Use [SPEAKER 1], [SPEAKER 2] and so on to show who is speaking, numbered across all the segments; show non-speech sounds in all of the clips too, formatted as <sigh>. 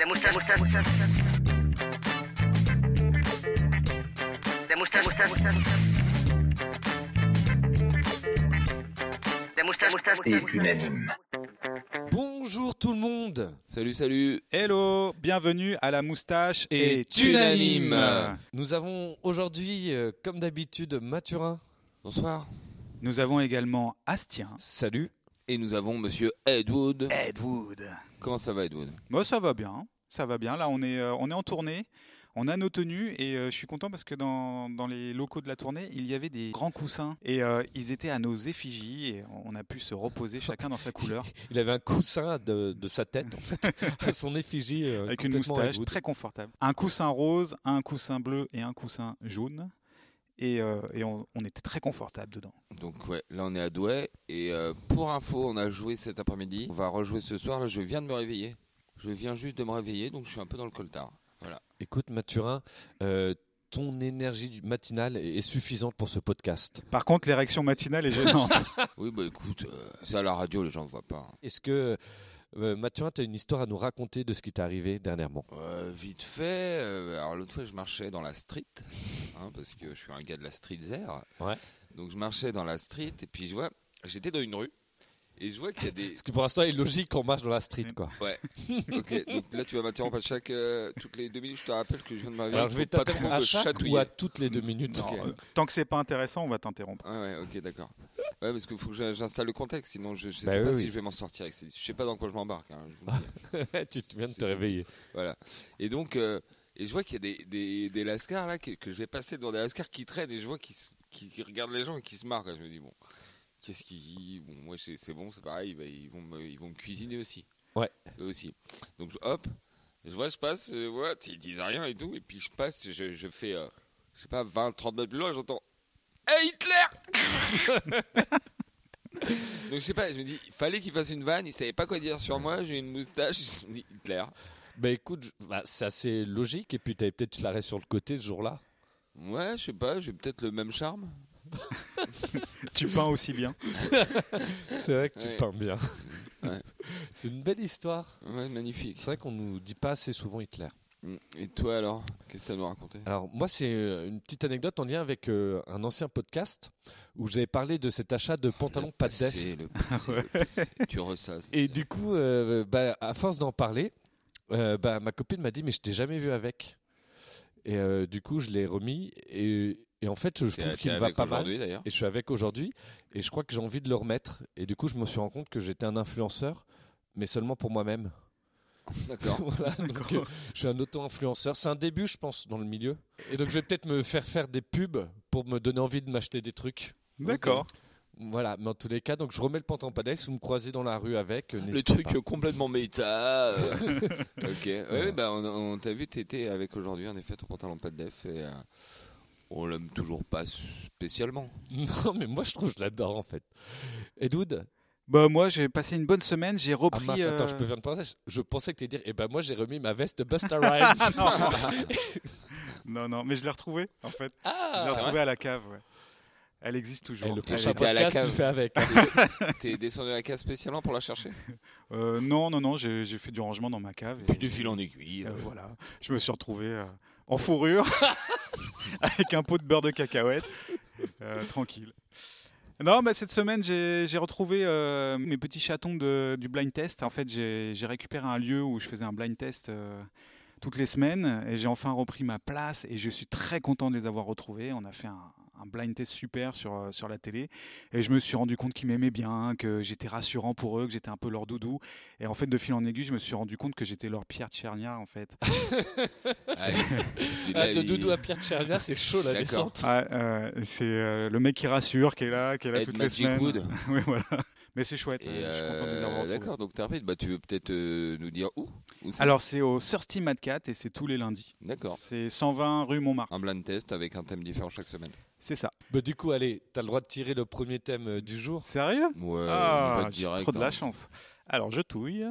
[SPEAKER 1] La moustache, moustache, moustache. La moustache, moustache, moustache. La moustache, moustache,
[SPEAKER 2] est
[SPEAKER 1] moustache.
[SPEAKER 2] unanime.
[SPEAKER 3] Bonjour tout le monde Salut, salut
[SPEAKER 4] Hello, bienvenue à la moustache et,
[SPEAKER 3] Et unanime Nous avons aujourd'hui, euh, comme d'habitude, Mathurin.
[SPEAKER 5] Bonsoir.
[SPEAKER 4] Nous avons également Astien.
[SPEAKER 3] Salut
[SPEAKER 5] Et nous avons monsieur Edwood.
[SPEAKER 4] Edwood.
[SPEAKER 5] Comment ça va Edwood
[SPEAKER 4] Moi, ça va bien, ça va bien. Là, on est, euh, on est en tournée, on a nos tenues et euh, je suis content parce que dans, dans les locaux de la tournée, il y avait des grands coussins et euh, ils étaient à nos effigies et on a pu se reposer chacun dans sa couleur
[SPEAKER 3] Il avait un coussin de, de sa tête, en fait,
[SPEAKER 4] <laughs>
[SPEAKER 3] à son effigie. euh,
[SPEAKER 4] avec une
[SPEAKER 3] complètement à
[SPEAKER 4] moustache
[SPEAKER 3] goutte.
[SPEAKER 4] très confortable. Un coussin rose, un coussin bleu et un coussin jaune. Et, euh, et on, on était très confortable dedans.
[SPEAKER 5] Donc ouais, là on est à Douai et euh, pour info, on a joué cet après-midi. On va rejouer ce soir. Là, je viens de me réveiller. Je viens juste de me réveiller, donc je suis un peu dans le coltard.
[SPEAKER 3] Écoute, Mathurin, euh, ton énergie du- matinale est est suffisante pour ce podcast.
[SPEAKER 4] Par contre, l'érection matinale est gênante.
[SPEAKER 5] Oui, bah écoute, euh, c'est à la radio, les gens ne voient pas.
[SPEAKER 3] Est-ce que, euh, Mathurin, tu as une histoire à nous raconter de ce qui t'est arrivé dernièrement
[SPEAKER 5] Euh, vite fait, euh, alors l'autre fois je marchais dans la street, hein, parce que je suis un gars de la street zère.
[SPEAKER 3] Ouais.
[SPEAKER 5] Donc je marchais dans la street et puis je vois, j'étais dans une rue et je vois qu'il y a des,
[SPEAKER 3] Ce qui pour l'instant est logique qu'on marche dans la street, quoi.
[SPEAKER 5] Ok, donc là tu vas m'interrompre à chaque euh, toutes les deux minutes. Je te rappelle que je viens de m'avion.
[SPEAKER 3] Alors je vais
[SPEAKER 5] pas trop
[SPEAKER 3] t'interrompre à
[SPEAKER 5] me
[SPEAKER 3] chaque
[SPEAKER 5] chatouiller.
[SPEAKER 3] ou à toutes les deux minutes.
[SPEAKER 5] Non,
[SPEAKER 3] Ok.
[SPEAKER 5] euh,
[SPEAKER 4] Tant que c'est pas intéressant, on va t'interrompre.
[SPEAKER 5] Ah ouais, ok, d'accord. Ouais, parce qu'il faut que j'a- j'installe le contexte, sinon je, je sais
[SPEAKER 3] Bah oui,
[SPEAKER 5] pas
[SPEAKER 3] oui. Bah
[SPEAKER 5] si je vais m'en sortir. avec ces- Je sais pas dans quoi je m'embarque. hein, je vous le dis.
[SPEAKER 3] <laughs> tu te viens de te réveiller.
[SPEAKER 5] voilà. Et donc, euh, et je vois qu'il y a des, des, des lascars là que, que je vais passer devant des lascars qui traînent et je vois qu'ils se- qui, qui regardent les gens et qui se marrent. Et je me dis bon, qu'est-ce qui, bon, moi c'est c'est bon, c'est pareil, bah, ils vont me, ils vont me cuisiner aussi.
[SPEAKER 3] Ouais.
[SPEAKER 5] Eux aussi. Donc je- hop, je vois, je passe, je vois, ils disent rien et tout, et puis je passe, je, je fais, euh, je sais pas, 20, 30 mètres plus loin, j'entends. Hey Hitler Donc je sais pas, je me dis, il fallait qu'il fasse une vanne, il savait pas quoi dire sur moi, j'ai une moustache, je me dis Hitler.
[SPEAKER 3] Bah écoute, je- bah, c'est assez logique. Et puis t'avais peut-être l'arrêt sur le côté ce jour-là.
[SPEAKER 5] Ouais, je sais pas, j'ai peut-être le même charme.
[SPEAKER 4] Tu peins aussi bien.
[SPEAKER 3] C'est vrai que tu
[SPEAKER 5] Ouais.
[SPEAKER 3] peins bien.
[SPEAKER 5] <laughs> Ouais.
[SPEAKER 3] <laughs> C'est une belle histoire.
[SPEAKER 5] Ouais, magnifique.
[SPEAKER 3] C'est vrai qu'on nous dit pas assez souvent Hitler.
[SPEAKER 5] Mm. Et toi alors, qu'est-ce que t'as à nous raconter
[SPEAKER 3] Alors moi, c'est euh, une petite anecdote en lien avec euh, un ancien podcast où j'avais parlé de cet achat de pantalons pas de def.
[SPEAKER 5] passé, le passé,
[SPEAKER 3] <laughs>
[SPEAKER 5] le passé. Tu ressasses.
[SPEAKER 3] Et du coup, euh, bah, à force d'en parler, euh, bah, ma copine m'a dit mais je t'ai jamais vu avec. Et euh, du coup, je l'ai remis et, et en fait, je
[SPEAKER 5] T'es-
[SPEAKER 3] trouve
[SPEAKER 5] t'es
[SPEAKER 3] qu'il me va
[SPEAKER 5] avec
[SPEAKER 3] pas mal.
[SPEAKER 5] aujourd'hui, d'ailleurs.
[SPEAKER 3] Et je suis avec aujourd'hui et je crois que j'ai envie de le remettre. Et du coup, je me suis rendu compte que j'étais un influenceur, mais seulement pour moi-même. <laughs>
[SPEAKER 5] D'accord.
[SPEAKER 3] Voilà, donc euh, je suis un auto-influenceur. C'est un début, je pense, dans le milieu. Et donc, je vais peut-être me faire faire des pubs pour me donner envie de m'acheter des trucs.
[SPEAKER 4] D'accord.
[SPEAKER 3] Voilà, mais en tous les cas, donc je remets le pantalon padel. Si vous me croisez dans la rue avec, euh,
[SPEAKER 5] Le
[SPEAKER 3] n'hésitez
[SPEAKER 5] truc
[SPEAKER 3] pas.
[SPEAKER 5] euh, complètement méta. euh. ok. Ouais, bah, on, on t'a vu, t'étais avec aujourd'hui, en effet, ton pantalon pas de def. Et, euh, on l'aime toujours pas spécialement.
[SPEAKER 3] <laughs> Non, mais moi, je trouve que je l'adore en fait. Edwood,
[SPEAKER 4] Bah moi j'ai passé une bonne semaine, j'ai
[SPEAKER 3] ah
[SPEAKER 4] repris.
[SPEAKER 3] mince,
[SPEAKER 4] euh,
[SPEAKER 3] attends, je peux faire une parenthèse. Je pensais que tu dire, eh ben moi, j'ai remis ma veste de Busta
[SPEAKER 5] <laughs>
[SPEAKER 3] Rhymes.
[SPEAKER 4] <laughs> Non non, mais je l'ai retrouvée en fait. je
[SPEAKER 3] ah,
[SPEAKER 4] l'ai
[SPEAKER 5] c'est
[SPEAKER 4] retrouvée à la cave. ouais. Elle existe toujours.
[SPEAKER 3] Et le
[SPEAKER 4] Elle
[SPEAKER 3] prochain
[SPEAKER 4] est-
[SPEAKER 5] t'es à la
[SPEAKER 3] podcast, tu
[SPEAKER 5] cave.
[SPEAKER 3] le fais avec. hein.
[SPEAKER 5] T'es descendu à la case spécialement pour la chercher
[SPEAKER 4] Euh, non non non, j'ai j'ai fait du rangement dans ma cave. et-
[SPEAKER 5] Puis de fil en aiguille.
[SPEAKER 4] euh, voilà, je me suis retrouvé euh, en fourrure <laughs> avec un pot de beurre de cacahuète, Euh, tranquille. Non, bah, cette semaine, j'ai j'ai retrouvé euh, mes petits chatons de- du blind test. En fait, j'ai j'ai récupéré un lieu où je faisais un blind test euh, toutes les semaines et j'ai enfin repris ma place et je suis très content de les avoir retrouvés. On a fait un, un blind test super sur, euh, sur la télé et je me suis rendu compte qu'ils m'aimaient bien, que j'étais rassurant pour eux, que j'étais un peu leur doudou. Et en fait, de fil en aiguille, je me suis rendu compte que j'étais leur Pierre Tchernia
[SPEAKER 5] <laughs>
[SPEAKER 4] en fait.
[SPEAKER 5] Allez.
[SPEAKER 3] <laughs>
[SPEAKER 5] Il
[SPEAKER 3] Ah,
[SPEAKER 5] a-
[SPEAKER 3] de
[SPEAKER 5] il-
[SPEAKER 3] Doudou à Pierre Tchernia, c'est chaud la
[SPEAKER 5] D'accord.
[SPEAKER 3] descente.
[SPEAKER 4] Ah, euh, c'est euh, le mec qui rassure, qui est là, qui est là
[SPEAKER 5] Ed
[SPEAKER 4] toutes les
[SPEAKER 5] Magic
[SPEAKER 4] semaines.
[SPEAKER 5] Wood.
[SPEAKER 4] <laughs> Oui, voilà. Mais c'est chouette.
[SPEAKER 5] Et
[SPEAKER 4] euh, je suis content de les
[SPEAKER 5] euh,
[SPEAKER 4] avoir retrouvés.
[SPEAKER 5] D'accord, donc t'as repris. Bah, tu veux peut-être euh, nous dire où, Où c'est
[SPEAKER 4] Alors c'est au Thirsty Mad Cat et c'est tous les lundis.
[SPEAKER 5] D'accord.
[SPEAKER 4] C'est 120 rue Montmartre.
[SPEAKER 5] Un blind test avec un thème différent chaque semaine.
[SPEAKER 4] C'est ça.
[SPEAKER 3] Bah, du coup, allez, t'as le droit de tirer le premier thème euh, du jour.
[SPEAKER 4] Sérieux
[SPEAKER 5] Ouais, Euh, on
[SPEAKER 4] Ah,
[SPEAKER 5] va
[SPEAKER 4] j'ai
[SPEAKER 5] direct,
[SPEAKER 4] trop de
[SPEAKER 5] hein.
[SPEAKER 4] la chance. Alors je touille.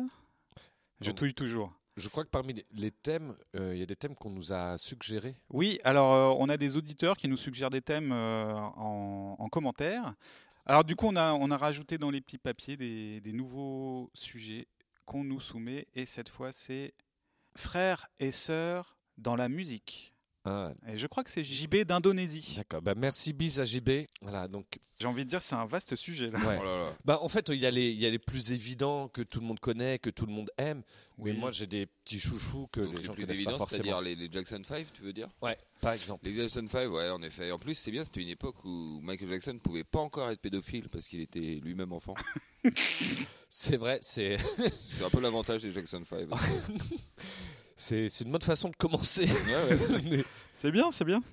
[SPEAKER 4] Je
[SPEAKER 3] Donc-
[SPEAKER 4] touille toujours.
[SPEAKER 3] Je crois que parmi les- les thèmes, euh, il y a des thèmes qu'on nous a suggérés.
[SPEAKER 4] Oui, alors euh, on a des auditeurs qui nous suggèrent des thèmes euh, en, en commentaire. Alors du coup, on a, on a rajouté dans les petits papiers des, des nouveaux sujets qu'on nous soumet. Et cette fois, c'est frères et sœurs dans la musique.
[SPEAKER 3] Ah,
[SPEAKER 4] Et je crois que c'est JB d'Indonésie.
[SPEAKER 3] d'accord. Bah, merci bis à JB. Voilà, donc
[SPEAKER 4] J'ai envie de dire, c'est un vaste sujet là.
[SPEAKER 3] Ouais.
[SPEAKER 5] Oh là là.
[SPEAKER 3] Bah, en fait, il y, a les, il y a les plus évidents que tout le monde connaît, que tout le monde aime.
[SPEAKER 4] Oui.
[SPEAKER 3] Mais moi, j'ai des petits chouchous que
[SPEAKER 5] Donc,
[SPEAKER 3] les
[SPEAKER 5] les
[SPEAKER 3] gens
[SPEAKER 5] plus
[SPEAKER 3] connaissent pas
[SPEAKER 5] évidents,
[SPEAKER 3] forcément.
[SPEAKER 5] c'est-à-dire les, les Jackson 5, tu veux dire
[SPEAKER 3] Ouais, par exemple.
[SPEAKER 5] Les Jackson 5, ouais, en effet. En plus, c'est bien, c'était une époque où Michael Jackson pouvait pas encore être pédophile parce qu'il était lui-même enfant.
[SPEAKER 3] C'est vrai, c'est
[SPEAKER 5] C'est un peu l'avantage des Jackson 5.
[SPEAKER 3] <laughs> c'est c'est une bonne façon de <laughs> commencer. Mais-
[SPEAKER 4] C'est bien, c'est bien.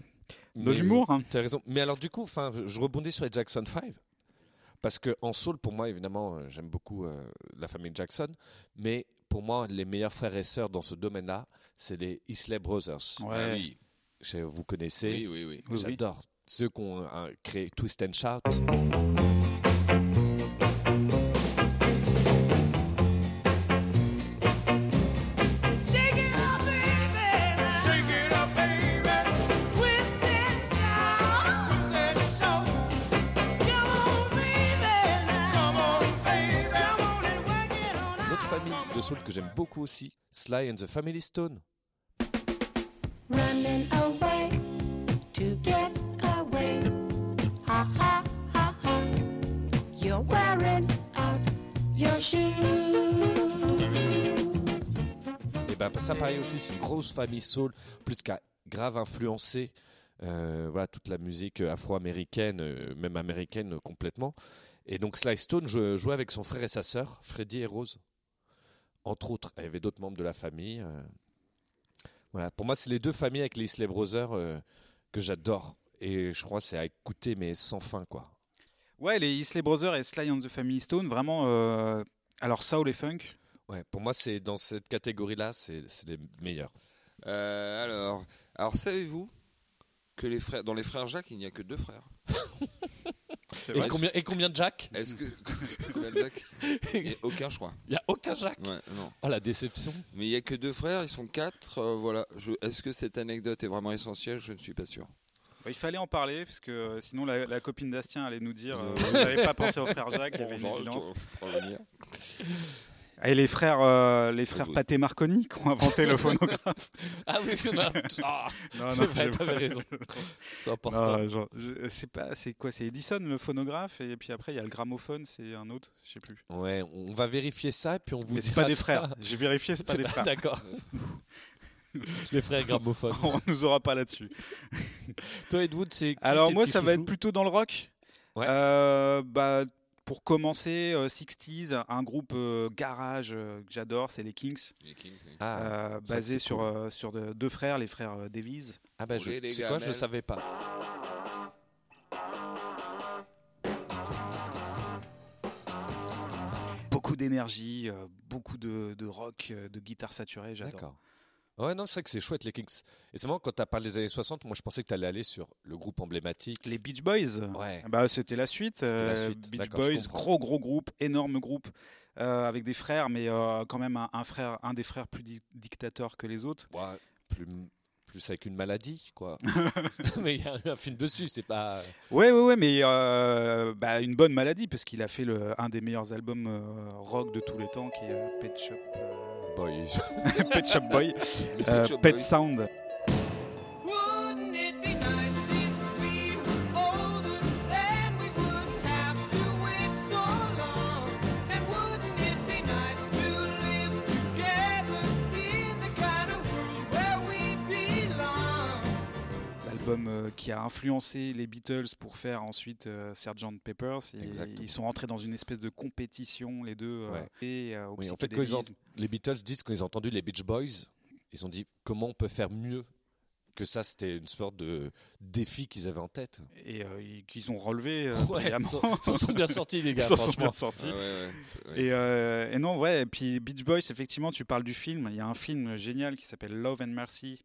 [SPEAKER 4] De
[SPEAKER 3] mais-
[SPEAKER 4] l'humour. hein.
[SPEAKER 3] T'as raison. Mais alors, du coup, enfin, je rebondis sur les Jackson 5. Parce que en soul, pour moi, évidemment, euh, j'aime beaucoup euh, la famille Jackson. Mais pour moi, les meilleurs frères et sœurs dans ce domaine-là, c'est les Isley Brothers.
[SPEAKER 4] Ouais.
[SPEAKER 5] Ah oui,
[SPEAKER 3] Je- Vous connaissez
[SPEAKER 5] oui, oui, oui.
[SPEAKER 4] Oui, oui.
[SPEAKER 3] J'adore. Ceux qui ont euh, créé Twist and Shout.
[SPEAKER 2] Shake it up, baby. Shake it up, baby. Twist and shout. Twist and shout. Come on, baby. Come on, baby. Come on and work it on
[SPEAKER 3] L'autre famille de soul que j'aime beaucoup aussi, Sly and the Family Stone.
[SPEAKER 6] running away to get away. Ha ha ha ha. You're wearing out your shoes.
[SPEAKER 3] Et ben ça pareil aussi, c'est une grosse famille soul, plus qu'à grave influencé euh, voilà toute la musique euh, afro-américaine, euh, même américaine euh, complètement. Et donc Sly Stone jou- jouait avec son frère et sa sœur, Freddie et Rose, entre autres. Il y avait d'autres membres de la famille. euh. Voilà, pour moi c'est les deux familles avec les Isley Brothers euh, que j'adore. Et je crois que c'est à écouter mais sans fin quoi.
[SPEAKER 4] Ouais, les Isley Brothers et Sly and the Family Stone, vraiment. euh, Alors, Soul et Funk.
[SPEAKER 3] Ouais, pour moi c'est dans cette catégorie là, c'est c'est les meilleurs.
[SPEAKER 5] Euh, alors, alors savez-vous que les frères, dans les frères Jacques, il n'y a que deux frères
[SPEAKER 4] C'est
[SPEAKER 3] Et
[SPEAKER 5] vrai,
[SPEAKER 3] combien, et combien de Jack
[SPEAKER 5] Est-ce que. <laughs> combien de Jacques Il n'y a aucun, je crois.
[SPEAKER 3] Il y a aucun Jack.
[SPEAKER 5] Ouais, non.
[SPEAKER 3] Oh la déception.
[SPEAKER 5] Mais il n'y a que deux frères, ils sont quatre. euh, voilà. Je- Est-ce que cette anecdote est vraiment essentielle Je ne suis pas sûr.
[SPEAKER 4] Bah, Il fallait en parler, parce que euh, sinon la, la copine d'Astien allait nous dire
[SPEAKER 3] <laughs>
[SPEAKER 4] euh, Vous n'avez pas pensé aux frères Jacques, il y avait une
[SPEAKER 5] Bon,
[SPEAKER 4] évidence.
[SPEAKER 5] on va revenir.
[SPEAKER 4] Et les frères, euh, les frères
[SPEAKER 5] doute.
[SPEAKER 4] Pathé Marconi qui ont
[SPEAKER 3] <laughs>
[SPEAKER 4] inventé le phonographe.
[SPEAKER 3] Ah oui, on a- Ah,
[SPEAKER 4] Non,
[SPEAKER 3] c'est
[SPEAKER 4] non,
[SPEAKER 3] vrai,
[SPEAKER 4] j'ai-
[SPEAKER 3] t'avais raison. C'est important.
[SPEAKER 4] Non, genre, je- c'est pas, c'est quoi C'est Edison le phonographe et puis après il y a le gramophone, c'est un autre, je sais plus.
[SPEAKER 3] Ouais, on va vérifier ça et puis on vous
[SPEAKER 4] Mais c'est
[SPEAKER 3] dira
[SPEAKER 4] pas des
[SPEAKER 3] ça. <laughs> Bah,
[SPEAKER 4] frères. J'ai vérifié, c'est pas des frères. <laughs>
[SPEAKER 3] D'accord. les frères gramophones.
[SPEAKER 4] On nous aura pas là-dessus.
[SPEAKER 3] Toi, Edwood, c'est. qui
[SPEAKER 4] Alors
[SPEAKER 3] tes
[SPEAKER 4] moi,
[SPEAKER 3] petits
[SPEAKER 4] ça va être
[SPEAKER 3] chouchous
[SPEAKER 4] plutôt dans le rock.
[SPEAKER 3] Ouais.
[SPEAKER 4] Euh, bah, pour commencer, euh, 60s, un groupe euh, garage euh, que j'adore, c'est les Kings,
[SPEAKER 5] <laughs> Les Kings, oui.
[SPEAKER 3] Ah,
[SPEAKER 4] euh,
[SPEAKER 3] ça,
[SPEAKER 4] basé
[SPEAKER 3] c'est
[SPEAKER 4] sur,
[SPEAKER 3] cool.
[SPEAKER 4] euh, sur de- deux frères, les frères euh, Davies.
[SPEAKER 3] ah bah, je,
[SPEAKER 5] Roger
[SPEAKER 3] tu
[SPEAKER 5] les
[SPEAKER 3] sais quoi, je
[SPEAKER 5] Gamelles. Ah,
[SPEAKER 3] savais pas.
[SPEAKER 4] Beaucoup d'énergie, euh, beaucoup de, de rock, euh, de guitare saturée, j'adore.
[SPEAKER 3] D'accord. Ouais, non, c'est vrai que c'est chouette, les Kings. Et c'est marrant, quand t'as parlé des années 60, moi je pensais que t'allais aller sur le groupe emblématique.
[SPEAKER 4] Les Beach Boys,
[SPEAKER 3] Ouais.
[SPEAKER 4] bah, c'était la suite.
[SPEAKER 3] C'était la
[SPEAKER 4] euh,
[SPEAKER 3] suite,
[SPEAKER 4] Beach
[SPEAKER 3] d'accord, je
[SPEAKER 4] Boys,
[SPEAKER 3] comprends.
[SPEAKER 4] gros gros groupe, énorme groupe, euh, avec des frères, mais euh, quand même un, un frère, un des frères plus di- dictateur que les autres.
[SPEAKER 3] Ouais, plus, plus avec une maladie,
[SPEAKER 4] <laughs>
[SPEAKER 3] quoi. <laughs> Mais il y a un film dessus, c'est pas.
[SPEAKER 4] Ouais, ouais, ouais, mais euh, bah, une bonne maladie, parce qu'il a fait le, un des meilleurs albums euh, rock de tous les temps, qui est euh, Pet Shop, euh,
[SPEAKER 3] Boy.
[SPEAKER 4] Pet Shop Boy,
[SPEAKER 5] Les
[SPEAKER 4] euh,
[SPEAKER 5] Pet Shop
[SPEAKER 4] Pet
[SPEAKER 5] Boys.
[SPEAKER 4] Sound.
[SPEAKER 2] Wouldn't it be nice if we were older? Then we wouldn't have to wait so long. And wouldn't it be nice to live together in the kind of world where we belong?
[SPEAKER 4] L'album euh, qui a influencé les Beatles pour faire ensuite euh, Sgt. Peppers. Et
[SPEAKER 3] Exactement.
[SPEAKER 4] ils sont rentrés dans une espèce de compétition, les deux. euh,
[SPEAKER 3] Ouais.
[SPEAKER 4] et, euh, au
[SPEAKER 3] Oui, en fait, quand ils ont-
[SPEAKER 4] psychédélisme.
[SPEAKER 3] les Beatles disent quand ils ont entendu les Beach Boys, ils ont dit comment on peut faire mieux que ça. C'était une sorte de défi qu'ils avaient en tête.
[SPEAKER 4] Et euh, ils- qu'ils ont relevé. euh,
[SPEAKER 3] <laughs> ouais, ils
[SPEAKER 4] brillamment. <laughs>
[SPEAKER 3] sont, ils sont bien sortis les
[SPEAKER 4] Ils
[SPEAKER 3] gars.
[SPEAKER 4] s'en sont
[SPEAKER 3] franchement.
[SPEAKER 4] bien
[SPEAKER 5] Ah,
[SPEAKER 4] sortis.
[SPEAKER 5] ouais, ouais, ouais.
[SPEAKER 4] Et, euh, et non, ouais, et puis Beach Boys, effectivement, tu parles du film. Il y a un film génial qui s'appelle Love and Mercy.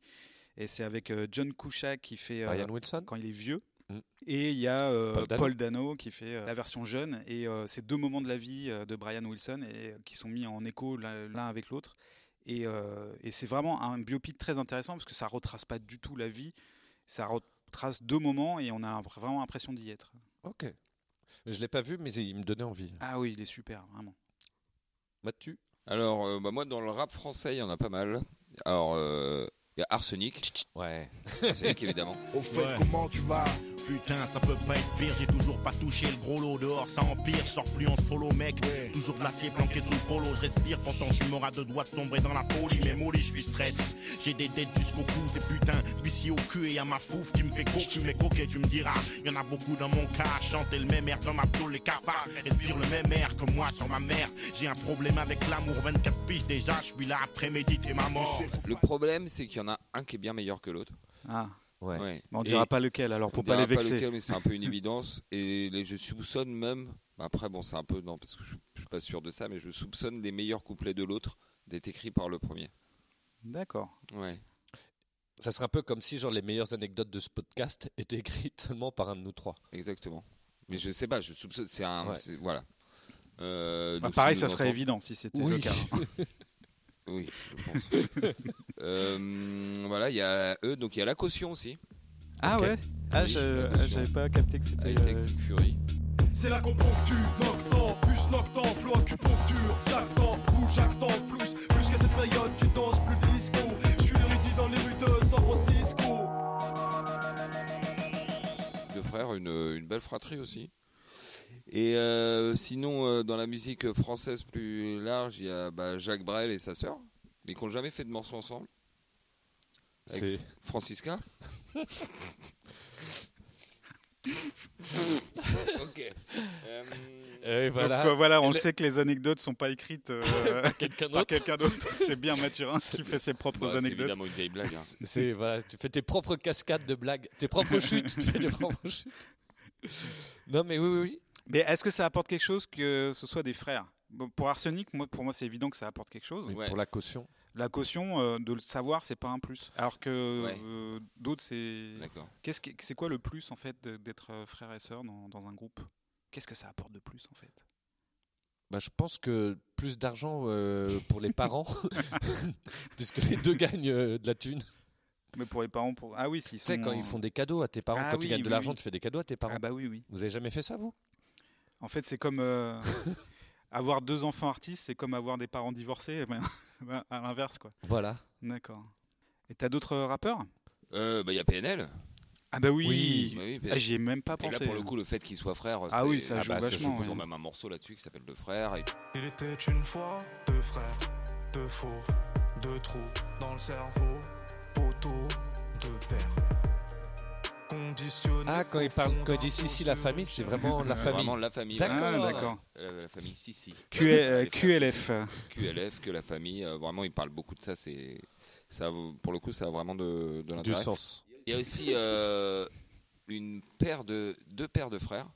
[SPEAKER 4] Et c'est avec euh, John Cusack qui fait. euh,
[SPEAKER 3] Brian Wilson.
[SPEAKER 4] quand il est vieux.
[SPEAKER 3] Mm.
[SPEAKER 4] Et il y a euh,
[SPEAKER 3] Paul
[SPEAKER 4] Paul,
[SPEAKER 3] Dano.
[SPEAKER 4] Dano. qui fait euh, la version jeune. Et euh, ces deux moments de la vie euh, de Brian Wilson et, euh, qui sont mis en écho l'un l'un avec l'autre. Et, euh, et c'est vraiment un biopic très intéressant parce que ça retrace pas du tout la vie. Ça retrace deux moments et on a vraiment l'impression d'y être.
[SPEAKER 3] Ok. Je l'ai pas vu, mais il me donnait envie.
[SPEAKER 4] Ah oui, il est super, vraiment.
[SPEAKER 3] Mathieu
[SPEAKER 5] Alors, euh, bah, moi, dans le rap français, il y en a pas mal. Alors, euh, il y a
[SPEAKER 4] <laughs>
[SPEAKER 5] Arsenic.
[SPEAKER 3] Ouais.
[SPEAKER 5] Arsenic, évidemment.
[SPEAKER 7] Au fait, comment tu vas
[SPEAKER 8] Putain, ça peut pas être pire, j'ai toujours pas touché le gros lot dehors, ça empire, je sors plus en solo mec. Toujours de l'acier planqué sous le polo, je respire pourtant je suis mort à deux doigts de sombrer dans la folie, mais mollet, je suis stress. J'ai des dettes jusqu'au cou, c'est putain, huissier au cul et à ma fouf qui me fait coke, tu m'es coquet, tu me diras. Y en a beaucoup dans mon cas, à chanter le même air dans ma boule, les cafards, respire le même air que moi sur ma mère. J'ai un problème avec l'amour, 24 piges déjà, je suis là à préméditer ma mort.
[SPEAKER 5] Le problème, c'est qu'il y en a un qui est bien meilleur que l'autre.
[SPEAKER 4] Ah,
[SPEAKER 3] Ouais.
[SPEAKER 5] Ouais.
[SPEAKER 4] mais on
[SPEAKER 5] Et-
[SPEAKER 4] dira pas lequel alors pour
[SPEAKER 5] On
[SPEAKER 4] pas les
[SPEAKER 5] dira
[SPEAKER 4] vexer.
[SPEAKER 5] lequel, mais c'est un peu
[SPEAKER 4] <laughs>
[SPEAKER 5] une évidence. Et les, je soupçonne même. bah, Après, bon, c'est un peu. Non, parce que je, je suis pas sûr de ça, mais je soupçonne les meilleurs couplets de l'autre d'être écrits par le premier.
[SPEAKER 4] D'accord.
[SPEAKER 5] Ouais.
[SPEAKER 3] Ça serait un peu comme si genre les meilleures anecdotes de ce podcast étaient écrites <laughs> seulement par un de nous trois.
[SPEAKER 5] Exactement. Mais je sais pas, je soupçonne. C'est un.
[SPEAKER 3] Ouais.
[SPEAKER 5] c'est- Voilà. Euh,
[SPEAKER 4] Bah,
[SPEAKER 5] donc,
[SPEAKER 4] pareil,
[SPEAKER 5] si
[SPEAKER 4] ça
[SPEAKER 5] on
[SPEAKER 4] serait
[SPEAKER 5] entend-
[SPEAKER 4] évident si c'était
[SPEAKER 3] Oui.
[SPEAKER 4] le cas.
[SPEAKER 5] Oui, je pense.
[SPEAKER 4] <laughs>
[SPEAKER 5] Euh, voilà, il y a eux, donc il y a la caution aussi.
[SPEAKER 4] Ah
[SPEAKER 3] Ok.
[SPEAKER 4] ouais Ah,
[SPEAKER 5] Oui,
[SPEAKER 4] je-
[SPEAKER 5] euh,
[SPEAKER 4] ah,
[SPEAKER 5] sûr.
[SPEAKER 4] j'avais pas capté que c'était.
[SPEAKER 5] High Tech
[SPEAKER 4] euh,
[SPEAKER 5] Fury.
[SPEAKER 8] C'est là qu'on ponctue, noctant, plus noctant, flou, acupuncture, tactant, bouge, actant, flousse. Plus qu'à cette période, tu danses plus de disco. Je suis érudit dans les rues de San Francisco.
[SPEAKER 5] Deux frères, une, une belle fratrie aussi. Et euh, sinon, euh, dans la musique française plus large, il y a bah, Jacques Brel et sa sœur, mais qui n'ont jamais fait de morceaux ensemble.
[SPEAKER 3] C'est <laughs>
[SPEAKER 5] Avec <laughs> Francisca. ok. Euh,
[SPEAKER 3] et
[SPEAKER 4] donc, euh, voilà, on sait que les anecdotes sont pas écrites euh,
[SPEAKER 3] quelqu'un
[SPEAKER 4] <laughs> par
[SPEAKER 3] d'autre.
[SPEAKER 4] quelqu'un d'autre. <laughs> C'est bien Mathurin qui fait ses propres
[SPEAKER 5] bah, c'est
[SPEAKER 4] anecdotes.
[SPEAKER 5] évidemment une vieille blague. hein.
[SPEAKER 3] C'est voilà, tu fais tes propres cascades de blagues, tes <laughs> propres chutes, tu fais tes propres chutes. <laughs> Non mais oui oui oui.
[SPEAKER 4] Mais est-ce que ça apporte quelque chose que ce soit des frères Bon, Pour Arsenic, moi, pour moi, c'est évident que ça apporte quelque chose.
[SPEAKER 5] Oui. Ouais.
[SPEAKER 3] Pour la caution.
[SPEAKER 4] La caution, euh, de le savoir, c'est pas un plus. Alors que
[SPEAKER 5] Ouais.
[SPEAKER 4] euh, d'autres, c'est.
[SPEAKER 5] <laughs> D'accord.
[SPEAKER 4] Qu'est-ce qui- c'est quoi le plus en fait de- d'être euh, frère et sœur dans, dans un groupe Qu'est-ce que ça apporte de plus en fait
[SPEAKER 3] Bah, je pense que plus d'argent euh, pour les <laughs> parents, puisque les deux gagnent euh, de la thune.
[SPEAKER 4] Mais pour les parents, pour ah oui, s'ils
[SPEAKER 3] Tu
[SPEAKER 4] sont
[SPEAKER 3] sais, quand ils font des cadeaux à tes parents,
[SPEAKER 4] Ah
[SPEAKER 3] quand tu
[SPEAKER 4] oui,
[SPEAKER 3] gagnes de
[SPEAKER 4] oui,
[SPEAKER 3] l'argent,
[SPEAKER 4] oui.
[SPEAKER 3] tu fais des cadeaux à tes parents.
[SPEAKER 4] ah bah oui oui.
[SPEAKER 3] Vous avez jamais fait ça, vous
[SPEAKER 4] En fait, c'est
[SPEAKER 5] <laughs>
[SPEAKER 4] comme euh, avoir deux enfants artistes, c'est comme avoir des parents divorcés, mais <laughs> à l'inverse quoi.
[SPEAKER 3] Voilà.
[SPEAKER 4] D'accord. Et t'as d'autres rappeurs
[SPEAKER 5] Euh, bah, Il y a PNL.
[SPEAKER 4] Ah bah oui.
[SPEAKER 5] Bah oui, PNL.
[SPEAKER 4] Ah, J'y ai même pas
[SPEAKER 5] Et là,
[SPEAKER 4] pensé.
[SPEAKER 5] pour le coup, le fait qu'ils soient frères,
[SPEAKER 4] Ah
[SPEAKER 5] c'est- bah,
[SPEAKER 4] oui, ça joue
[SPEAKER 5] ça
[SPEAKER 4] vachement,
[SPEAKER 5] Ils ont
[SPEAKER 4] ouais.
[SPEAKER 5] même un morceau là-dessus qui s'appelle Le Frère. Et
[SPEAKER 9] Il était une fois deux frères, deux faux, deux trous dans le cerveau, poteau, deux pères. Conditionné.
[SPEAKER 3] Ah, quand ils parlent, quand ils disent si, si, la famille, c'est Euh, vraiment la
[SPEAKER 5] c'est
[SPEAKER 3] famille.
[SPEAKER 5] vraiment la famille.
[SPEAKER 4] Ah,
[SPEAKER 3] D'accord.
[SPEAKER 4] d'accord.
[SPEAKER 5] Euh, la famille, si, si. <laughs>
[SPEAKER 4] Q- euh,
[SPEAKER 5] Les frères, si, si.
[SPEAKER 4] QLF.
[SPEAKER 5] QLF, que la famille. euh, vraiment, ils parlent beaucoup de ça. C'est ça, vaut- pour le coup, ça a vraiment de, de
[SPEAKER 3] Du
[SPEAKER 5] l'intérêt.
[SPEAKER 3] sens.
[SPEAKER 5] Il y a aussi euh, une paire de deux paires de frères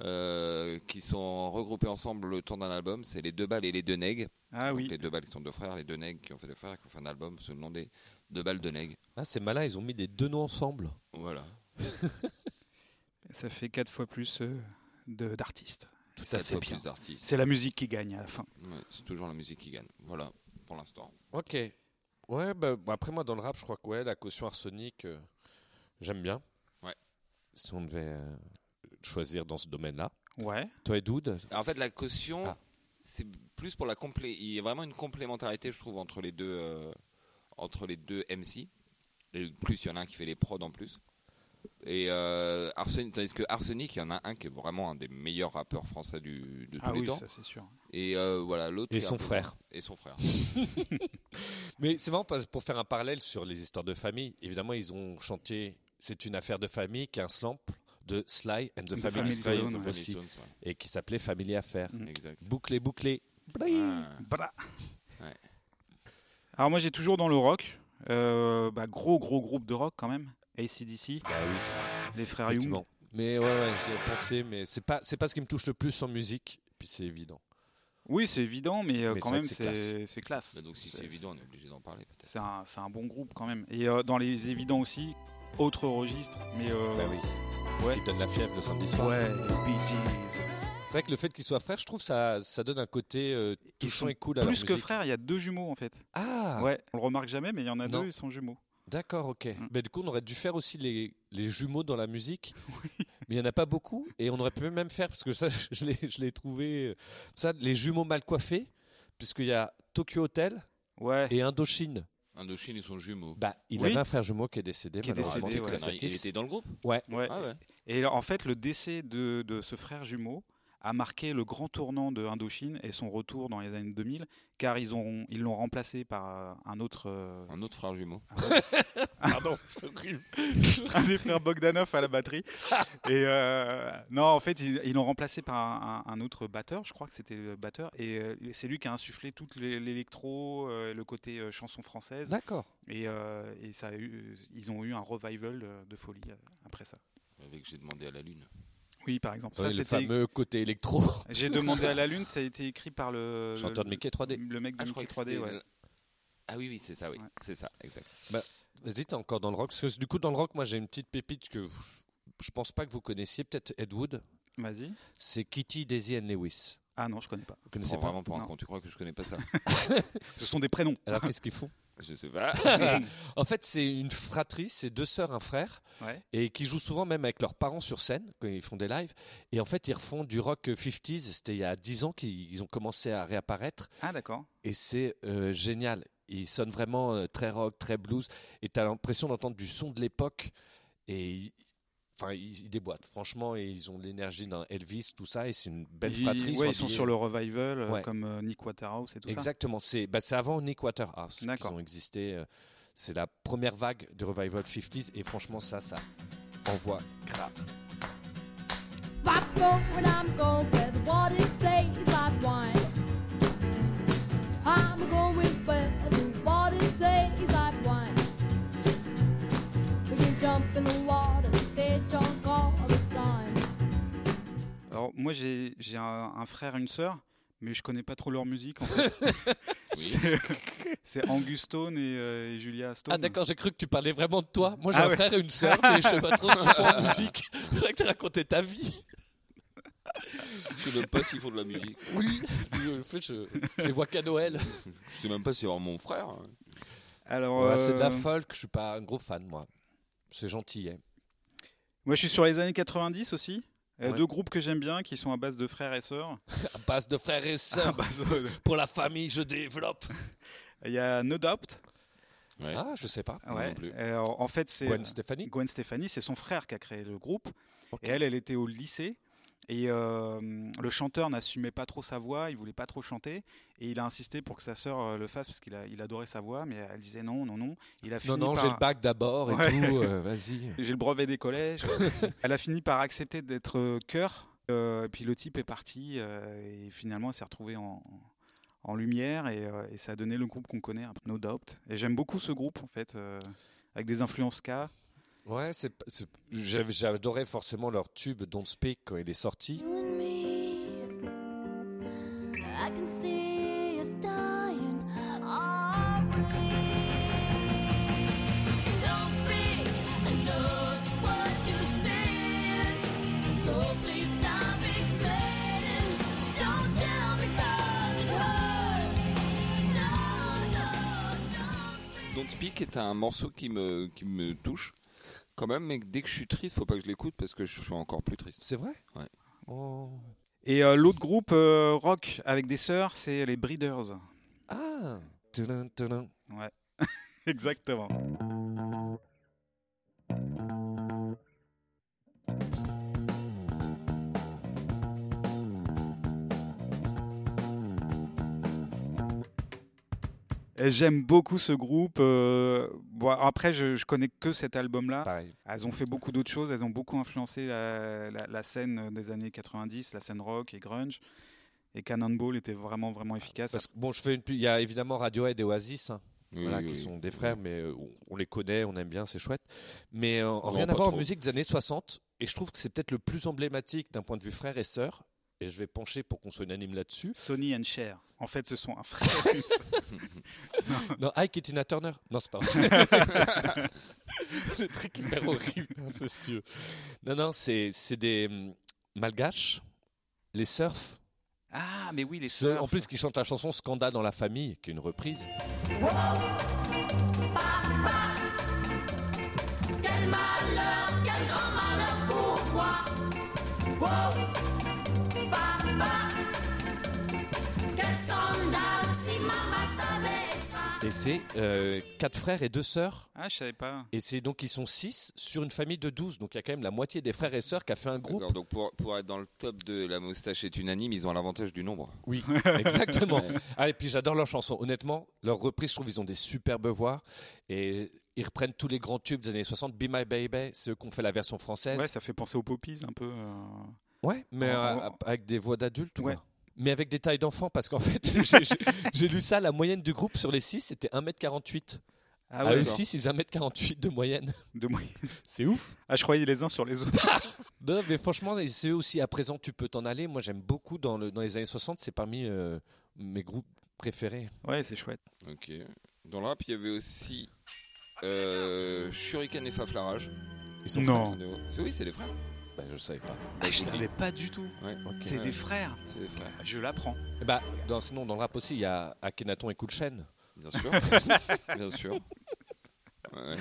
[SPEAKER 5] euh, qui sont regroupés ensemble le temps d'un album. C'est les deux balles et les deux nègres.
[SPEAKER 4] Ah oui.
[SPEAKER 5] Les deux balles qui sont deux frères, les deux nègres qui ont fait des frères, qui ont fait un album sous le nom des deux balles de nègres.
[SPEAKER 3] Ah, c'est malin, ils ont mis les deux noms ensemble.
[SPEAKER 5] Voilà.
[SPEAKER 4] Ça fait quatre fois plus euh, de- d'artistes.
[SPEAKER 5] Tout
[SPEAKER 4] ça, c'est bien.
[SPEAKER 5] plus d'artistes.
[SPEAKER 4] C'est la musique qui gagne à la fin.
[SPEAKER 5] Ouais, c'est toujours la musique qui gagne. Voilà, pour l'instant.
[SPEAKER 3] Ok. Ouais, bah, bah, après, moi, dans le rap, je crois que ouais, la caution arsenic, euh, j'aime bien.
[SPEAKER 5] Ouais.
[SPEAKER 3] Si on devait euh, choisir dans ce domaine-là.
[SPEAKER 4] Ouais.
[SPEAKER 3] Toi et Doud
[SPEAKER 5] En fait, la caution,
[SPEAKER 3] Ah.
[SPEAKER 5] c'est plus pour la complé. Il y a vraiment une complémentarité, je trouve, entre les deux, euh, entre les deux MC. Et plus, il y en a un qui fait les prods en plus. Et euh, Arsenic, tandis que Arsenic, il y en a un qui est vraiment un des meilleurs rappeurs français du, de tous
[SPEAKER 4] Ah
[SPEAKER 5] les
[SPEAKER 4] oui,
[SPEAKER 5] temps.
[SPEAKER 4] ça c'est sûr.
[SPEAKER 5] Et euh, voilà, l'autre.
[SPEAKER 3] Et
[SPEAKER 5] qui est un
[SPEAKER 3] son
[SPEAKER 5] peu-
[SPEAKER 3] frère.
[SPEAKER 5] Et son frère.
[SPEAKER 3] Mais c'est marrant parce- pour faire un parallèle sur les histoires de famille. Évidemment, ils ont chanté C'est une affaire de famille qui est un slam de Sly and the,
[SPEAKER 4] The
[SPEAKER 3] Family
[SPEAKER 4] Family
[SPEAKER 3] Stone
[SPEAKER 4] Stone, ouais.
[SPEAKER 3] aussi,
[SPEAKER 5] Family Stones, ouais.
[SPEAKER 3] et qui s'appelait Family Affaire.
[SPEAKER 4] Mm.
[SPEAKER 5] Exact.
[SPEAKER 3] Bouclé, bouclé.
[SPEAKER 5] Ah.
[SPEAKER 4] Bra.
[SPEAKER 5] Ouais.
[SPEAKER 4] Alors moi j'ai toujours dans le rock, euh, bah, gros gros groupe de rock quand même, ACDC,
[SPEAKER 3] Bah oui,
[SPEAKER 4] les frères Young.
[SPEAKER 3] effectivement. Mais ouais, ouais j'y ai pensé, mais c'est pas, c'est pas ce qui me touche le plus en musique. Puis c'est évident.
[SPEAKER 4] Oui c'est évident mais, euh,
[SPEAKER 3] Mais
[SPEAKER 4] quand
[SPEAKER 3] c'est vrai
[SPEAKER 4] même
[SPEAKER 3] que c'est
[SPEAKER 4] c'est c'est classe.
[SPEAKER 5] Bah donc, si c'est évident, on est obligé d'en parler. peut-être.
[SPEAKER 4] C'est un, c'est un bon groupe quand même. Et euh, dans les évidents aussi, autre registre, mais... euh,
[SPEAKER 3] Bah oui.
[SPEAKER 4] Ouais.
[SPEAKER 3] Qui donne la fièvre le samedi soir.
[SPEAKER 4] Ouais, les Bee Gees.
[SPEAKER 3] C'est vrai que le fait qu'ils soient frères, je trouve ça, ça donne un côté euh, touchant
[SPEAKER 4] sont
[SPEAKER 3] et cool à leur
[SPEAKER 4] Plus que
[SPEAKER 3] musique.
[SPEAKER 4] frères, il y a deux jumeaux en fait.
[SPEAKER 3] Ah,
[SPEAKER 4] Ouais, on le remarque jamais mais il y en a
[SPEAKER 3] Non.
[SPEAKER 4] deux, ils sont jumeaux.
[SPEAKER 3] D'accord, ok.
[SPEAKER 4] Mm.
[SPEAKER 3] Mais du coup, on aurait dû faire aussi les, les jumeaux dans la
[SPEAKER 4] <laughs>
[SPEAKER 3] musique. Mais il n'y en a pas beaucoup. <laughs> Et on aurait pu même faire, parce que ça, je l'ai- je l'ai trouvé. euh, Ça, les jumeaux mal coiffés. puisqu'il y a Tokyo Hotel
[SPEAKER 4] Ouais.
[SPEAKER 3] et Indochine.
[SPEAKER 5] Indochine, ils sont jumeaux.
[SPEAKER 3] Bah, il
[SPEAKER 4] Oui.
[SPEAKER 3] avait un frère jumeau qui est décédé.
[SPEAKER 4] Qui est
[SPEAKER 3] malheureusement,
[SPEAKER 4] décédé,
[SPEAKER 3] Nicolas
[SPEAKER 5] Ah, Connerie. Il
[SPEAKER 3] Sarkis.
[SPEAKER 5] était dans le groupe
[SPEAKER 4] ouais.
[SPEAKER 5] Ah ouais.
[SPEAKER 4] Et en fait, le décès de, de ce frère jumeau a marqué le grand tournant de Indochine et son retour dans les années 2000, car ils ont ils l'ont remplacé par euh, un autre, euh,
[SPEAKER 5] Un autre frère jumeau.
[SPEAKER 3] Pardon, c'est horrible.
[SPEAKER 4] <laughs> un des frères Bogdanov à la batterie. Et euh, non, en fait, ils ils l'ont remplacé par un, un- un autre batteur, je crois que c'était le batteur, et euh, c'est lui qui a insufflé toute l'é- l'électro, euh, le côté euh, chanson française,
[SPEAKER 3] D'accord.
[SPEAKER 4] et, euh, et ça a eu, ils ont eu un revival euh, de folie euh, après ça.
[SPEAKER 5] Avec J'ai demandé à la lune.
[SPEAKER 4] Oui, par exemple. Ça,
[SPEAKER 3] Ouais, le
[SPEAKER 4] c'était
[SPEAKER 3] fameux côté électro. <laughs>
[SPEAKER 4] J'ai demandé à la lune, ça a été écrit par le
[SPEAKER 3] Chanteur de
[SPEAKER 4] le-
[SPEAKER 3] Mickey 3D.
[SPEAKER 4] Le mec de
[SPEAKER 5] Ah, je
[SPEAKER 4] Mickey
[SPEAKER 5] crois que
[SPEAKER 4] 3D,
[SPEAKER 5] c'était
[SPEAKER 4] ouais.
[SPEAKER 5] la- Ah oui, oui, c'est ça, oui.
[SPEAKER 4] Ouais.
[SPEAKER 5] C'est ça, exact.
[SPEAKER 3] Vas-y, t'es encore dans le rock. Parce que du coup, dans le rock, moi, j'ai une petite pépite que vous- je pense pas que vous connaissiez. Peut-être Ed Wood.
[SPEAKER 4] Vas-y.
[SPEAKER 3] C'est Kitty, Daisy and Lewis.
[SPEAKER 4] Ah non, je connais
[SPEAKER 3] <laughs>
[SPEAKER 4] pas.
[SPEAKER 3] Vous
[SPEAKER 5] Je
[SPEAKER 3] connaissez
[SPEAKER 5] prends
[SPEAKER 3] pas
[SPEAKER 5] vraiment pour un
[SPEAKER 4] Non.
[SPEAKER 5] con. Tu crois que je connais pas ça
[SPEAKER 4] Ce sont
[SPEAKER 3] <laughs>
[SPEAKER 4] des prénoms. Ah,
[SPEAKER 3] Alors, qu'est-ce qu'ils font
[SPEAKER 5] Je sais <laughs> pas.
[SPEAKER 3] En fait, c'est une fratrie, c'est deux sœurs, un frère,
[SPEAKER 4] Ouais.
[SPEAKER 3] et qui jouent souvent même avec leurs parents sur scène quand ils font des lives. Et en fait, ils refont du rock 50s. C'était il y a 10 ans qu'ils ont commencé à réapparaître.
[SPEAKER 4] Ah d'accord.
[SPEAKER 3] et c'est euh, génial. Il sonne vraiment euh, très rock, très blues, et t'as l'impression d'entendre du son de l'époque. Et il- enfin, ils, ils déboîtent. Franchement, et ils ont de l'énergie d'un Elvis, tout ça, et c'est une belle
[SPEAKER 4] ils,
[SPEAKER 3] fratrie.
[SPEAKER 4] ouais, ils sont sur le revival, euh,
[SPEAKER 3] Ouais.
[SPEAKER 4] comme euh, Nick Waterhouse et tout ça.
[SPEAKER 3] Exactement. C'est bah, c'est avant Nick Waterhouse qu'ils
[SPEAKER 4] D'accord.
[SPEAKER 3] ont existé. euh, C'est la première vague de revival 50s, et franchement, ça, ça envoie grave.
[SPEAKER 7] I go when I'm going where the water tastes like wine. I'm going where the water tastes like wine. We can jump in the water, stay drunk all the time.
[SPEAKER 4] Alors moi j'ai j'ai un, un frère, une sœur, mais je connais pas trop
[SPEAKER 3] <laughs>
[SPEAKER 4] leur musique en fait.
[SPEAKER 5] Oui.
[SPEAKER 4] C'est Angus Stone et, euh, et Julia Stone.
[SPEAKER 3] Ah d'accord, j'ai cru que tu parlais vraiment de toi. Moi, j'ai
[SPEAKER 4] Ah
[SPEAKER 3] un
[SPEAKER 4] ouais.
[SPEAKER 3] frère et une sœur, mais je sais pas trop ce qu'ils font
[SPEAKER 4] <laughs>
[SPEAKER 3] en musique. Je voudrais que tu racontais ta vie.
[SPEAKER 5] Je sais même pas s'ils font de la musique.
[SPEAKER 3] Oui, euh, en fait, je, je les vois qu'à Noël.
[SPEAKER 5] Je sais même pas si c'est vraiment mon frère.
[SPEAKER 4] Alors
[SPEAKER 3] c'est de la
[SPEAKER 4] euh,
[SPEAKER 3] folk, je suis pas un gros fan, moi. C'est gentil, hein.
[SPEAKER 4] moi je suis sur les années 90 aussi. Euh,
[SPEAKER 3] Ouais.
[SPEAKER 4] Deux groupes que j'aime bien qui sont à base de frères et sœurs.
[SPEAKER 3] À base de frères et
[SPEAKER 4] <laughs> À
[SPEAKER 3] sœurs,
[SPEAKER 4] base de-
[SPEAKER 3] pour la famille, je développe.
[SPEAKER 4] Il y a No Doubt.
[SPEAKER 5] Ouais.
[SPEAKER 3] Ah, je sais pas.
[SPEAKER 5] Non
[SPEAKER 4] Ouais.
[SPEAKER 5] plus.
[SPEAKER 4] Euh, en fait c'est
[SPEAKER 3] Gwen Stefani
[SPEAKER 4] Gwen Stefani, c'est son frère qui a créé le groupe.
[SPEAKER 3] Ok.
[SPEAKER 4] Et elle, elle était au lycée. Et euh, le chanteur n'assumait pas trop sa voix, il voulait pas trop chanter. Et il a insisté pour que sa sœur euh, le fasse parce qu'il a- il adorait sa voix, mais elle disait non, non, non. Il a
[SPEAKER 3] Non,
[SPEAKER 4] fini
[SPEAKER 3] non,
[SPEAKER 4] par-
[SPEAKER 3] j'ai le bac d'abord et
[SPEAKER 4] Ouais.
[SPEAKER 3] tout,
[SPEAKER 4] <laughs>
[SPEAKER 3] euh, vas-y.
[SPEAKER 4] J'ai le brevet
[SPEAKER 3] <laughs>
[SPEAKER 4] des collèges. elle a fini par accepter d'être euh, cœur. Euh, et puis le type est parti. euh, et finalement, elle s'est retrouvée en, en lumière. Et, euh, et ça a donné le groupe qu'on connaît, No Doubt. Et j'aime beaucoup ce groupe, en fait, euh, avec des influences K.
[SPEAKER 3] Ouais, c'est, pas- c'est- j'av- j'adorais forcément leur tube Don't Speak quand il est sorti.
[SPEAKER 7] You and me, I can see us dying. Are Don't speak, I know it's what you're saying. So please stop explaining. Don't tell me 'cause it hurts. No, no, don't speak.
[SPEAKER 5] Don't Speak est un morceau qui me, qui me touche quand même, mais dès que je suis triste, faut pas que je l'écoute parce que je suis encore plus triste.
[SPEAKER 3] C'est vrai
[SPEAKER 5] Ouais.
[SPEAKER 3] Oh.
[SPEAKER 4] Et euh, l'autre groupe euh, rock avec des sœurs, c'est les Breeders.
[SPEAKER 3] Ah Tudun, tudun.
[SPEAKER 4] Ouais. Exactement. Et J'aime beaucoup ce groupe. euh, bon, après, je, je connais que cet album-là.
[SPEAKER 3] Pareil.
[SPEAKER 4] Elles ont fait beaucoup d'autres choses, elles ont beaucoup influencé la, la- la scène des années 90, la scène rock et grunge. Et Cannonball était vraiment, vraiment efficace.
[SPEAKER 3] Parce que, bon, je fais une. pu- Il y a évidemment Radiohead et Oasis. hein.
[SPEAKER 5] Oui,
[SPEAKER 3] voilà,
[SPEAKER 5] oui,
[SPEAKER 3] qui
[SPEAKER 5] oui.
[SPEAKER 3] sont des frères, mais euh, on- on les connaît, on aime bien, c'est chouette. Mais euh, en
[SPEAKER 5] Non,
[SPEAKER 3] rien
[SPEAKER 5] pas
[SPEAKER 3] à voir en
[SPEAKER 5] trop.
[SPEAKER 3] musique des années 60, et je trouve que c'est peut-être le plus emblématique d'un point de vue frère et sœur, et je vais pencher pour qu'on soit unanime là-dessus.
[SPEAKER 4] Sony and Cher. En fait, ce sont un frère.
[SPEAKER 3] Non, Ike et Tina Turner Non, c'est pas vrai. le truc hyper horrible, incestueux. Non, non, c'est c'est des hum, malgaches, les surfs.
[SPEAKER 4] <laughs> ah, mais oui, les
[SPEAKER 3] ceux,
[SPEAKER 4] sœurs.
[SPEAKER 3] en plus, qui chantent la chanson Scandale dans la famille, qui est une reprise.
[SPEAKER 7] Quel malheur, quel grand malheur pour moi. Oh, papa, quel scandale,
[SPEAKER 3] Et c'est euh, quatre frères et deux sœurs.
[SPEAKER 4] Ah, je savais pas.
[SPEAKER 3] Et c'est donc ils sont six sur une famille de 12. Donc il y a quand même la moitié des frères et sœurs qui a fait un groupe.
[SPEAKER 5] D'accord, donc pour, pour être dans le top de la moustache est unanime, ils ont l'avantage du nombre.
[SPEAKER 3] Oui, <laughs> exactement. ah, et puis j'adore leurs chansons. Honnêtement, leurs reprises, je trouve, ils ont des superbes voix. Et ils reprennent tous les grands tubes des années 60. Be My Baby, c'est eux qui ont fait la version française.
[SPEAKER 4] Ouais, ça fait penser aux poppies un peu. euh.
[SPEAKER 3] Ouais, mais
[SPEAKER 4] Ouais,
[SPEAKER 3] euh,
[SPEAKER 4] ouais.
[SPEAKER 3] avec des voix d'adultes,
[SPEAKER 4] Ouais.
[SPEAKER 3] ouais. Mais avec des tailles d'enfants, parce qu'en <laughs> fait, j'ai- j'ai- j'ai lu ça, la moyenne du groupe sur les 6, c'était 1m48.
[SPEAKER 4] Ah
[SPEAKER 3] à
[SPEAKER 4] ouais,
[SPEAKER 3] eux 6, ils faisaient 1m48 de moyenne.
[SPEAKER 4] de moi.
[SPEAKER 3] C'est ouf.
[SPEAKER 4] Ah, je croyais les uns sur les autres.
[SPEAKER 3] Non, mais franchement, et c'est eux aussi, à présent, tu peux t'en aller. Moi, j'aime beaucoup dans, le, dans les années 60, c'est parmi euh, mes groupes préférés.
[SPEAKER 4] Ouais, c'est chouette.
[SPEAKER 5] Ok. Dans le rap, il y avait aussi euh, Shuriken et Faflarage.
[SPEAKER 3] Ils sont
[SPEAKER 4] Non.
[SPEAKER 5] C'est- Oui, c'est les frères.
[SPEAKER 3] frères. Bah, je savais pas.
[SPEAKER 4] Ah, je savais pas du tout.
[SPEAKER 5] Ouais,
[SPEAKER 3] Ok.
[SPEAKER 4] C'est
[SPEAKER 5] Ouais.
[SPEAKER 4] des frères. Ah,
[SPEAKER 5] c'est les frères.
[SPEAKER 4] Je l'apprends.
[SPEAKER 3] Et Bah, dans- sinon, dans le rap aussi, il y a Akhenaton et Kulchen.
[SPEAKER 5] Bien sûr. Bien sûr. Ouais, ouais.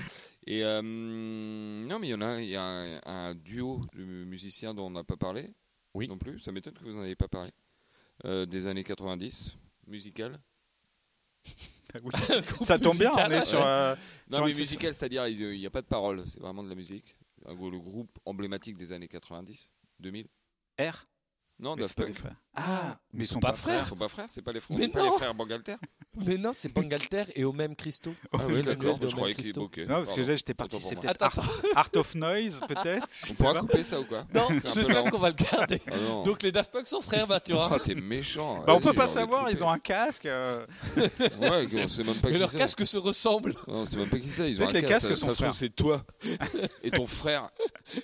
[SPEAKER 5] Et euh, non, mais il y en a, il y a un, un duo de musiciens dont on n'a pas parlé.
[SPEAKER 3] Oui.
[SPEAKER 5] Non plus. Ça m'étonne que vous n'en ayez pas parlé. Euh, des années 90, musical.
[SPEAKER 4] Ah <laughs> Ça tombe bien, on est
[SPEAKER 3] Musical.
[SPEAKER 4] sur.
[SPEAKER 5] ouais.
[SPEAKER 4] euh,
[SPEAKER 5] Non,
[SPEAKER 4] Sur
[SPEAKER 5] mais
[SPEAKER 4] une
[SPEAKER 5] musical, c'est-à-dire ils- euh, il n'y a pas de parole, c'est vraiment de la musique. Un gros- Le groupe emblématique des années 90, 2000.
[SPEAKER 4] R.
[SPEAKER 5] Non,
[SPEAKER 4] Mais
[SPEAKER 5] Daft
[SPEAKER 4] c'est pas
[SPEAKER 5] Punk.
[SPEAKER 4] des frères. Ah, mais ils sont pas
[SPEAKER 5] Ils
[SPEAKER 3] frères.
[SPEAKER 5] sont pas frères, c'est pas les frères.
[SPEAKER 3] Mais
[SPEAKER 5] c'est pas les
[SPEAKER 3] non.
[SPEAKER 5] frères Bangalter.
[SPEAKER 3] <laughs> Mais non, c'est Bangalter et au même Christo.
[SPEAKER 5] Ah oui,
[SPEAKER 4] <laughs>
[SPEAKER 3] oui,
[SPEAKER 5] <laughs> d'accord.
[SPEAKER 3] Manuel
[SPEAKER 5] Je
[SPEAKER 3] Domaine
[SPEAKER 5] croyais qu'il
[SPEAKER 3] Christo.
[SPEAKER 5] évoquait.
[SPEAKER 4] Non, parce que
[SPEAKER 5] Pardon.
[SPEAKER 4] là, j'étais
[SPEAKER 5] Autant
[SPEAKER 4] parti.
[SPEAKER 5] pour
[SPEAKER 4] C'est
[SPEAKER 5] moi.
[SPEAKER 4] peut-être Art, Art
[SPEAKER 5] <laughs>
[SPEAKER 4] of Noise, peut-être. je
[SPEAKER 5] On
[SPEAKER 4] sais
[SPEAKER 5] pourra
[SPEAKER 4] pas.
[SPEAKER 5] couper ça ou quoi
[SPEAKER 3] Non,
[SPEAKER 5] C'est un peu
[SPEAKER 3] j'espère
[SPEAKER 5] marrant.
[SPEAKER 3] qu'on va le garder.
[SPEAKER 5] Ah non.
[SPEAKER 3] Donc les Daft Punk sont frères, bah tu vois.
[SPEAKER 5] Ah, t'es méchant.
[SPEAKER 4] Bah, on
[SPEAKER 5] Vas-y,
[SPEAKER 4] peut pas
[SPEAKER 5] j'ai envie de
[SPEAKER 4] savoir,
[SPEAKER 5] couper.
[SPEAKER 4] ils ont un casque. euh, <laughs>
[SPEAKER 5] Ouais, on sait même pas
[SPEAKER 3] Mais
[SPEAKER 5] qui
[SPEAKER 3] leurs
[SPEAKER 5] c'est.
[SPEAKER 3] casques se ressemblent.
[SPEAKER 5] Non, on sait même pas qui c'est. Ils ont
[SPEAKER 4] Peut-être
[SPEAKER 5] un
[SPEAKER 4] les
[SPEAKER 5] casque.
[SPEAKER 4] casques
[SPEAKER 5] ça-
[SPEAKER 4] sont
[SPEAKER 5] Ça se trouve,
[SPEAKER 4] frères.
[SPEAKER 5] c'est toi
[SPEAKER 4] <laughs>
[SPEAKER 5] et ton frère.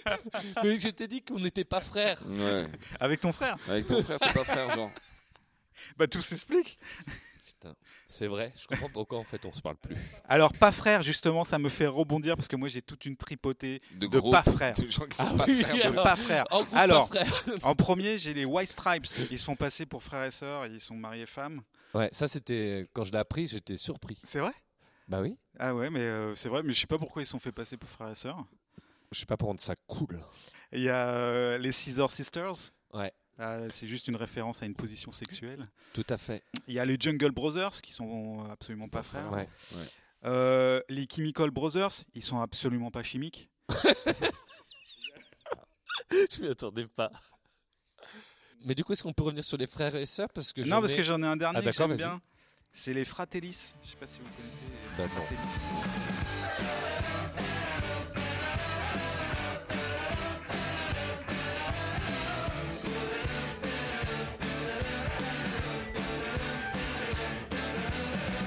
[SPEAKER 3] <laughs> Mais je t'ai dit qu'on n'était pas frères.
[SPEAKER 5] Ouais.
[SPEAKER 4] Avec ton frère.
[SPEAKER 5] Avec ton frère, t'es pas frère, genre.
[SPEAKER 4] Bah, tout s'explique.
[SPEAKER 3] C'est vrai, je comprends pourquoi en fait on se parle plus.
[SPEAKER 4] Alors, pas frère, justement, ça me fait rebondir parce que moi, j'ai toute une tripotée
[SPEAKER 5] De,
[SPEAKER 4] de
[SPEAKER 5] gros-
[SPEAKER 4] pas frères.
[SPEAKER 5] De gens qui sont
[SPEAKER 3] Ah
[SPEAKER 5] pas
[SPEAKER 3] oui,
[SPEAKER 5] frères.
[SPEAKER 4] De
[SPEAKER 3] alors.
[SPEAKER 5] <laughs>
[SPEAKER 4] pas frères.
[SPEAKER 3] En groupe,
[SPEAKER 4] Alors.
[SPEAKER 3] Oh, pas frères.
[SPEAKER 4] En premier, j'ai les White Stripes. Ils se font passer pour frères et sœurs, ils sont mariés femmes.
[SPEAKER 3] Ouais, ça c'était quand je l'ai appris, j'étais surpris.
[SPEAKER 4] C'est vrai
[SPEAKER 3] Bah oui,
[SPEAKER 4] Ah ouais, mais euh, c'est vrai, mais je sais pas pourquoi ils se sont fait passer pour frères et sœurs.
[SPEAKER 3] je sais pas pour rendre ça cool.
[SPEAKER 4] Il y a euh, les Scissor Sisters.
[SPEAKER 3] Ouais.
[SPEAKER 4] Euh, c'est juste une référence à une position sexuelle.
[SPEAKER 3] Tout à fait.
[SPEAKER 4] Il y a les Jungle Brothers qui sont absolument pas frères.
[SPEAKER 3] Ouais.
[SPEAKER 4] Euh, les Chemical Brothers, ils sont absolument pas chimiques.
[SPEAKER 3] <laughs> je m'y attendais pas. Mais du coup, est-ce qu'on peut revenir sur les frères et sœurs parce que
[SPEAKER 4] non,
[SPEAKER 3] j'en
[SPEAKER 4] parce
[SPEAKER 3] ai-
[SPEAKER 4] que j'en ai un dernier
[SPEAKER 3] Ah,
[SPEAKER 4] que
[SPEAKER 3] d'accord,
[SPEAKER 4] j'aime
[SPEAKER 3] vas-y.
[SPEAKER 4] bien. C'est les Fratellis. Je sais pas si vous connaissez les
[SPEAKER 3] Bah, non.
[SPEAKER 4] Fratellis.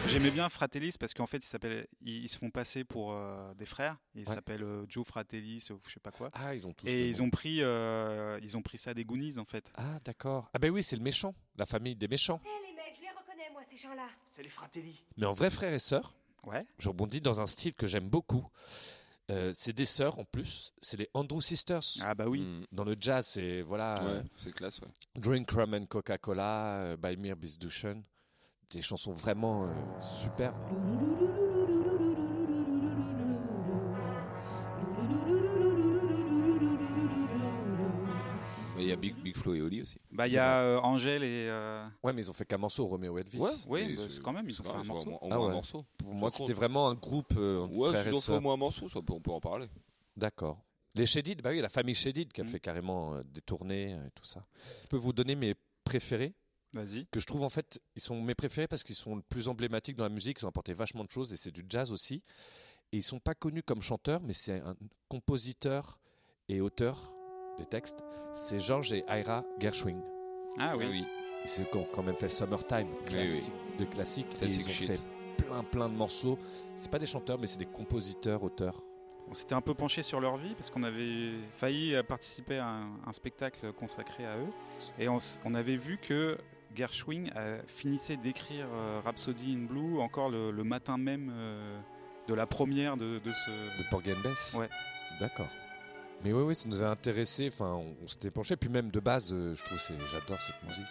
[SPEAKER 4] J'aimais bien Fratellis parce qu'en fait ils, s'appellent- ils, ils se font passer pour euh, des frères. Ils
[SPEAKER 3] Ouais.
[SPEAKER 4] s'appellent euh, Joe Fratellis ou je sais pas quoi.
[SPEAKER 3] Ah, ils ont tous.
[SPEAKER 4] Et
[SPEAKER 3] des
[SPEAKER 4] ils
[SPEAKER 3] noms.
[SPEAKER 4] ont, pris, euh, ils ont pris ça des Goonies en fait.
[SPEAKER 3] Ah d'accord. Ah ben oui, c'est le méchant, la famille des méchants.
[SPEAKER 10] les mecs, je les reconnais, moi, ces gens-là.
[SPEAKER 3] Mais en vrai, frères et sœurs,
[SPEAKER 4] Ouais.
[SPEAKER 3] je rebondis dans un style que j'aime beaucoup. Euh, c'est des sœurs en plus, c'est les Andrew Sisters.
[SPEAKER 4] Ah bah oui.
[SPEAKER 5] Mm.
[SPEAKER 3] Dans le jazz, c'est
[SPEAKER 4] Ah
[SPEAKER 3] voilà,
[SPEAKER 5] Ouais,
[SPEAKER 3] euh,
[SPEAKER 5] c'est classe, ouais.
[SPEAKER 3] Drink Rum and Coca-Cola, euh, By Mir Bisduchen. Des chansons vraiment euh, superbes.
[SPEAKER 5] Mais il y a Big, Big Flo et Oli aussi.
[SPEAKER 4] Bah il y a euh, Angèle et euh,
[SPEAKER 3] Ouais, mais ils ont fait qu'un morceau, Romeo Elvis.
[SPEAKER 5] Ouais.
[SPEAKER 4] Oui,
[SPEAKER 5] Et
[SPEAKER 4] bah,
[SPEAKER 5] c'est-
[SPEAKER 4] c'est quand même, ils ont fait un morceau.
[SPEAKER 5] Au moins, au
[SPEAKER 3] Ah
[SPEAKER 5] moins
[SPEAKER 3] ouais.
[SPEAKER 5] un morceau.
[SPEAKER 3] Pour moi,
[SPEAKER 5] Ça
[SPEAKER 3] c'était
[SPEAKER 5] compte.
[SPEAKER 3] vraiment un groupe euh, entre
[SPEAKER 5] Ouais,
[SPEAKER 3] frères
[SPEAKER 5] si
[SPEAKER 3] et
[SPEAKER 5] on fait au
[SPEAKER 3] sœurs.
[SPEAKER 5] moins un morceau, ça peut- on peut en parler.
[SPEAKER 3] D'accord. Les Shedid, bah oui, la famille Shedid qui a
[SPEAKER 4] Mm.
[SPEAKER 3] fait carrément euh, des tournées euh, et tout ça. Je peux vous donner mes préférés,
[SPEAKER 4] Vas-y.
[SPEAKER 3] que je trouve en fait, ils sont mes préférés parce qu'ils sont le plus emblématiques dans la musique, ils ont apporté vachement de choses et c'est du jazz aussi. Et ils sont pas connus comme chanteurs, mais c'est un compositeur et auteur des textes. C'est George et Ira Gershwing.
[SPEAKER 4] Ah oui.
[SPEAKER 3] C'est qui ont quand même fait Summertime, classique de classique. et
[SPEAKER 5] Classic
[SPEAKER 3] ils ont
[SPEAKER 5] shit.
[SPEAKER 3] fait plein plein de morceaux. C'est pas des chanteurs, mais c'est des compositeurs, auteurs.
[SPEAKER 4] On s'était un peu penché sur leur vie parce qu'on avait failli euh, participer à un, un spectacle consacré à eux. Et on, s- on avait vu que Gershwin euh, finissait d'écrire euh, Rhapsody in Blue encore le, le matin même euh, de la première de, de ce.
[SPEAKER 3] De Porgy and Bess
[SPEAKER 4] Ouais.
[SPEAKER 3] D'accord. Mais oui, oui, ça nous a intéressé. Enfin, on, on s'était penché. Puis même de base, euh, je trouve, c'est, j'adore cette musique.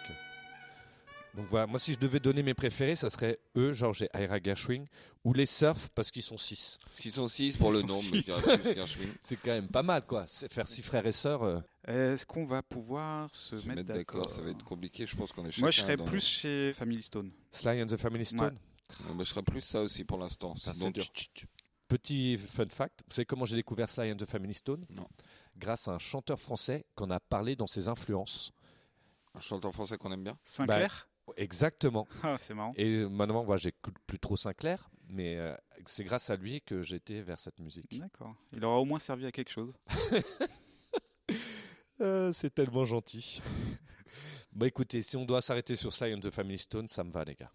[SPEAKER 3] Donc voilà, moi si je devais donner mes préférés, ça serait eux, George et Ira Gershwing, ou les Surf parce qu'ils sont six.
[SPEAKER 5] Parce qu'ils sont 6 pour le
[SPEAKER 4] Ils sont
[SPEAKER 5] nombre.
[SPEAKER 4] six.
[SPEAKER 5] mais je
[SPEAKER 3] <laughs>
[SPEAKER 5] dirais plus Gershwin.
[SPEAKER 3] C'est quand même pas mal, quoi. C'est faire six frères et sœurs. euh.
[SPEAKER 4] Est-ce qu'on va pouvoir se,
[SPEAKER 5] Se mettre d'accord, ça va être compliqué. Je pense qu'on est
[SPEAKER 4] Moi, je
[SPEAKER 5] chacun
[SPEAKER 4] serais
[SPEAKER 5] dans-
[SPEAKER 4] plus chez Family Stone.
[SPEAKER 3] Sly and the Family Stone.
[SPEAKER 5] Ouais, bah, je serais plus ça aussi pour l'instant.
[SPEAKER 3] Ça,
[SPEAKER 5] Sinon,
[SPEAKER 3] c'est dur. Petit fun fact, vous savez comment j'ai découvert ça, and the Family Stone
[SPEAKER 5] Non.
[SPEAKER 3] Grâce à un chanteur français qu'on a parlé dans ses influences.
[SPEAKER 5] Un chanteur français qu'on aime bien.
[SPEAKER 4] Sinclair
[SPEAKER 3] Exactement.
[SPEAKER 4] Ah, C'est marrant.
[SPEAKER 3] Et maintenant, voilà, j'écoute plus trop Sinclair, mais euh, c'est grâce à lui que j'étais vers cette musique.
[SPEAKER 4] D'accord. Il aura au moins servi à quelque chose.
[SPEAKER 3] Euh, c'est tellement gentil. <laughs> bah écoutez, si on doit s'arrêter sur ça, and the Family Stone, ça me va, les gars.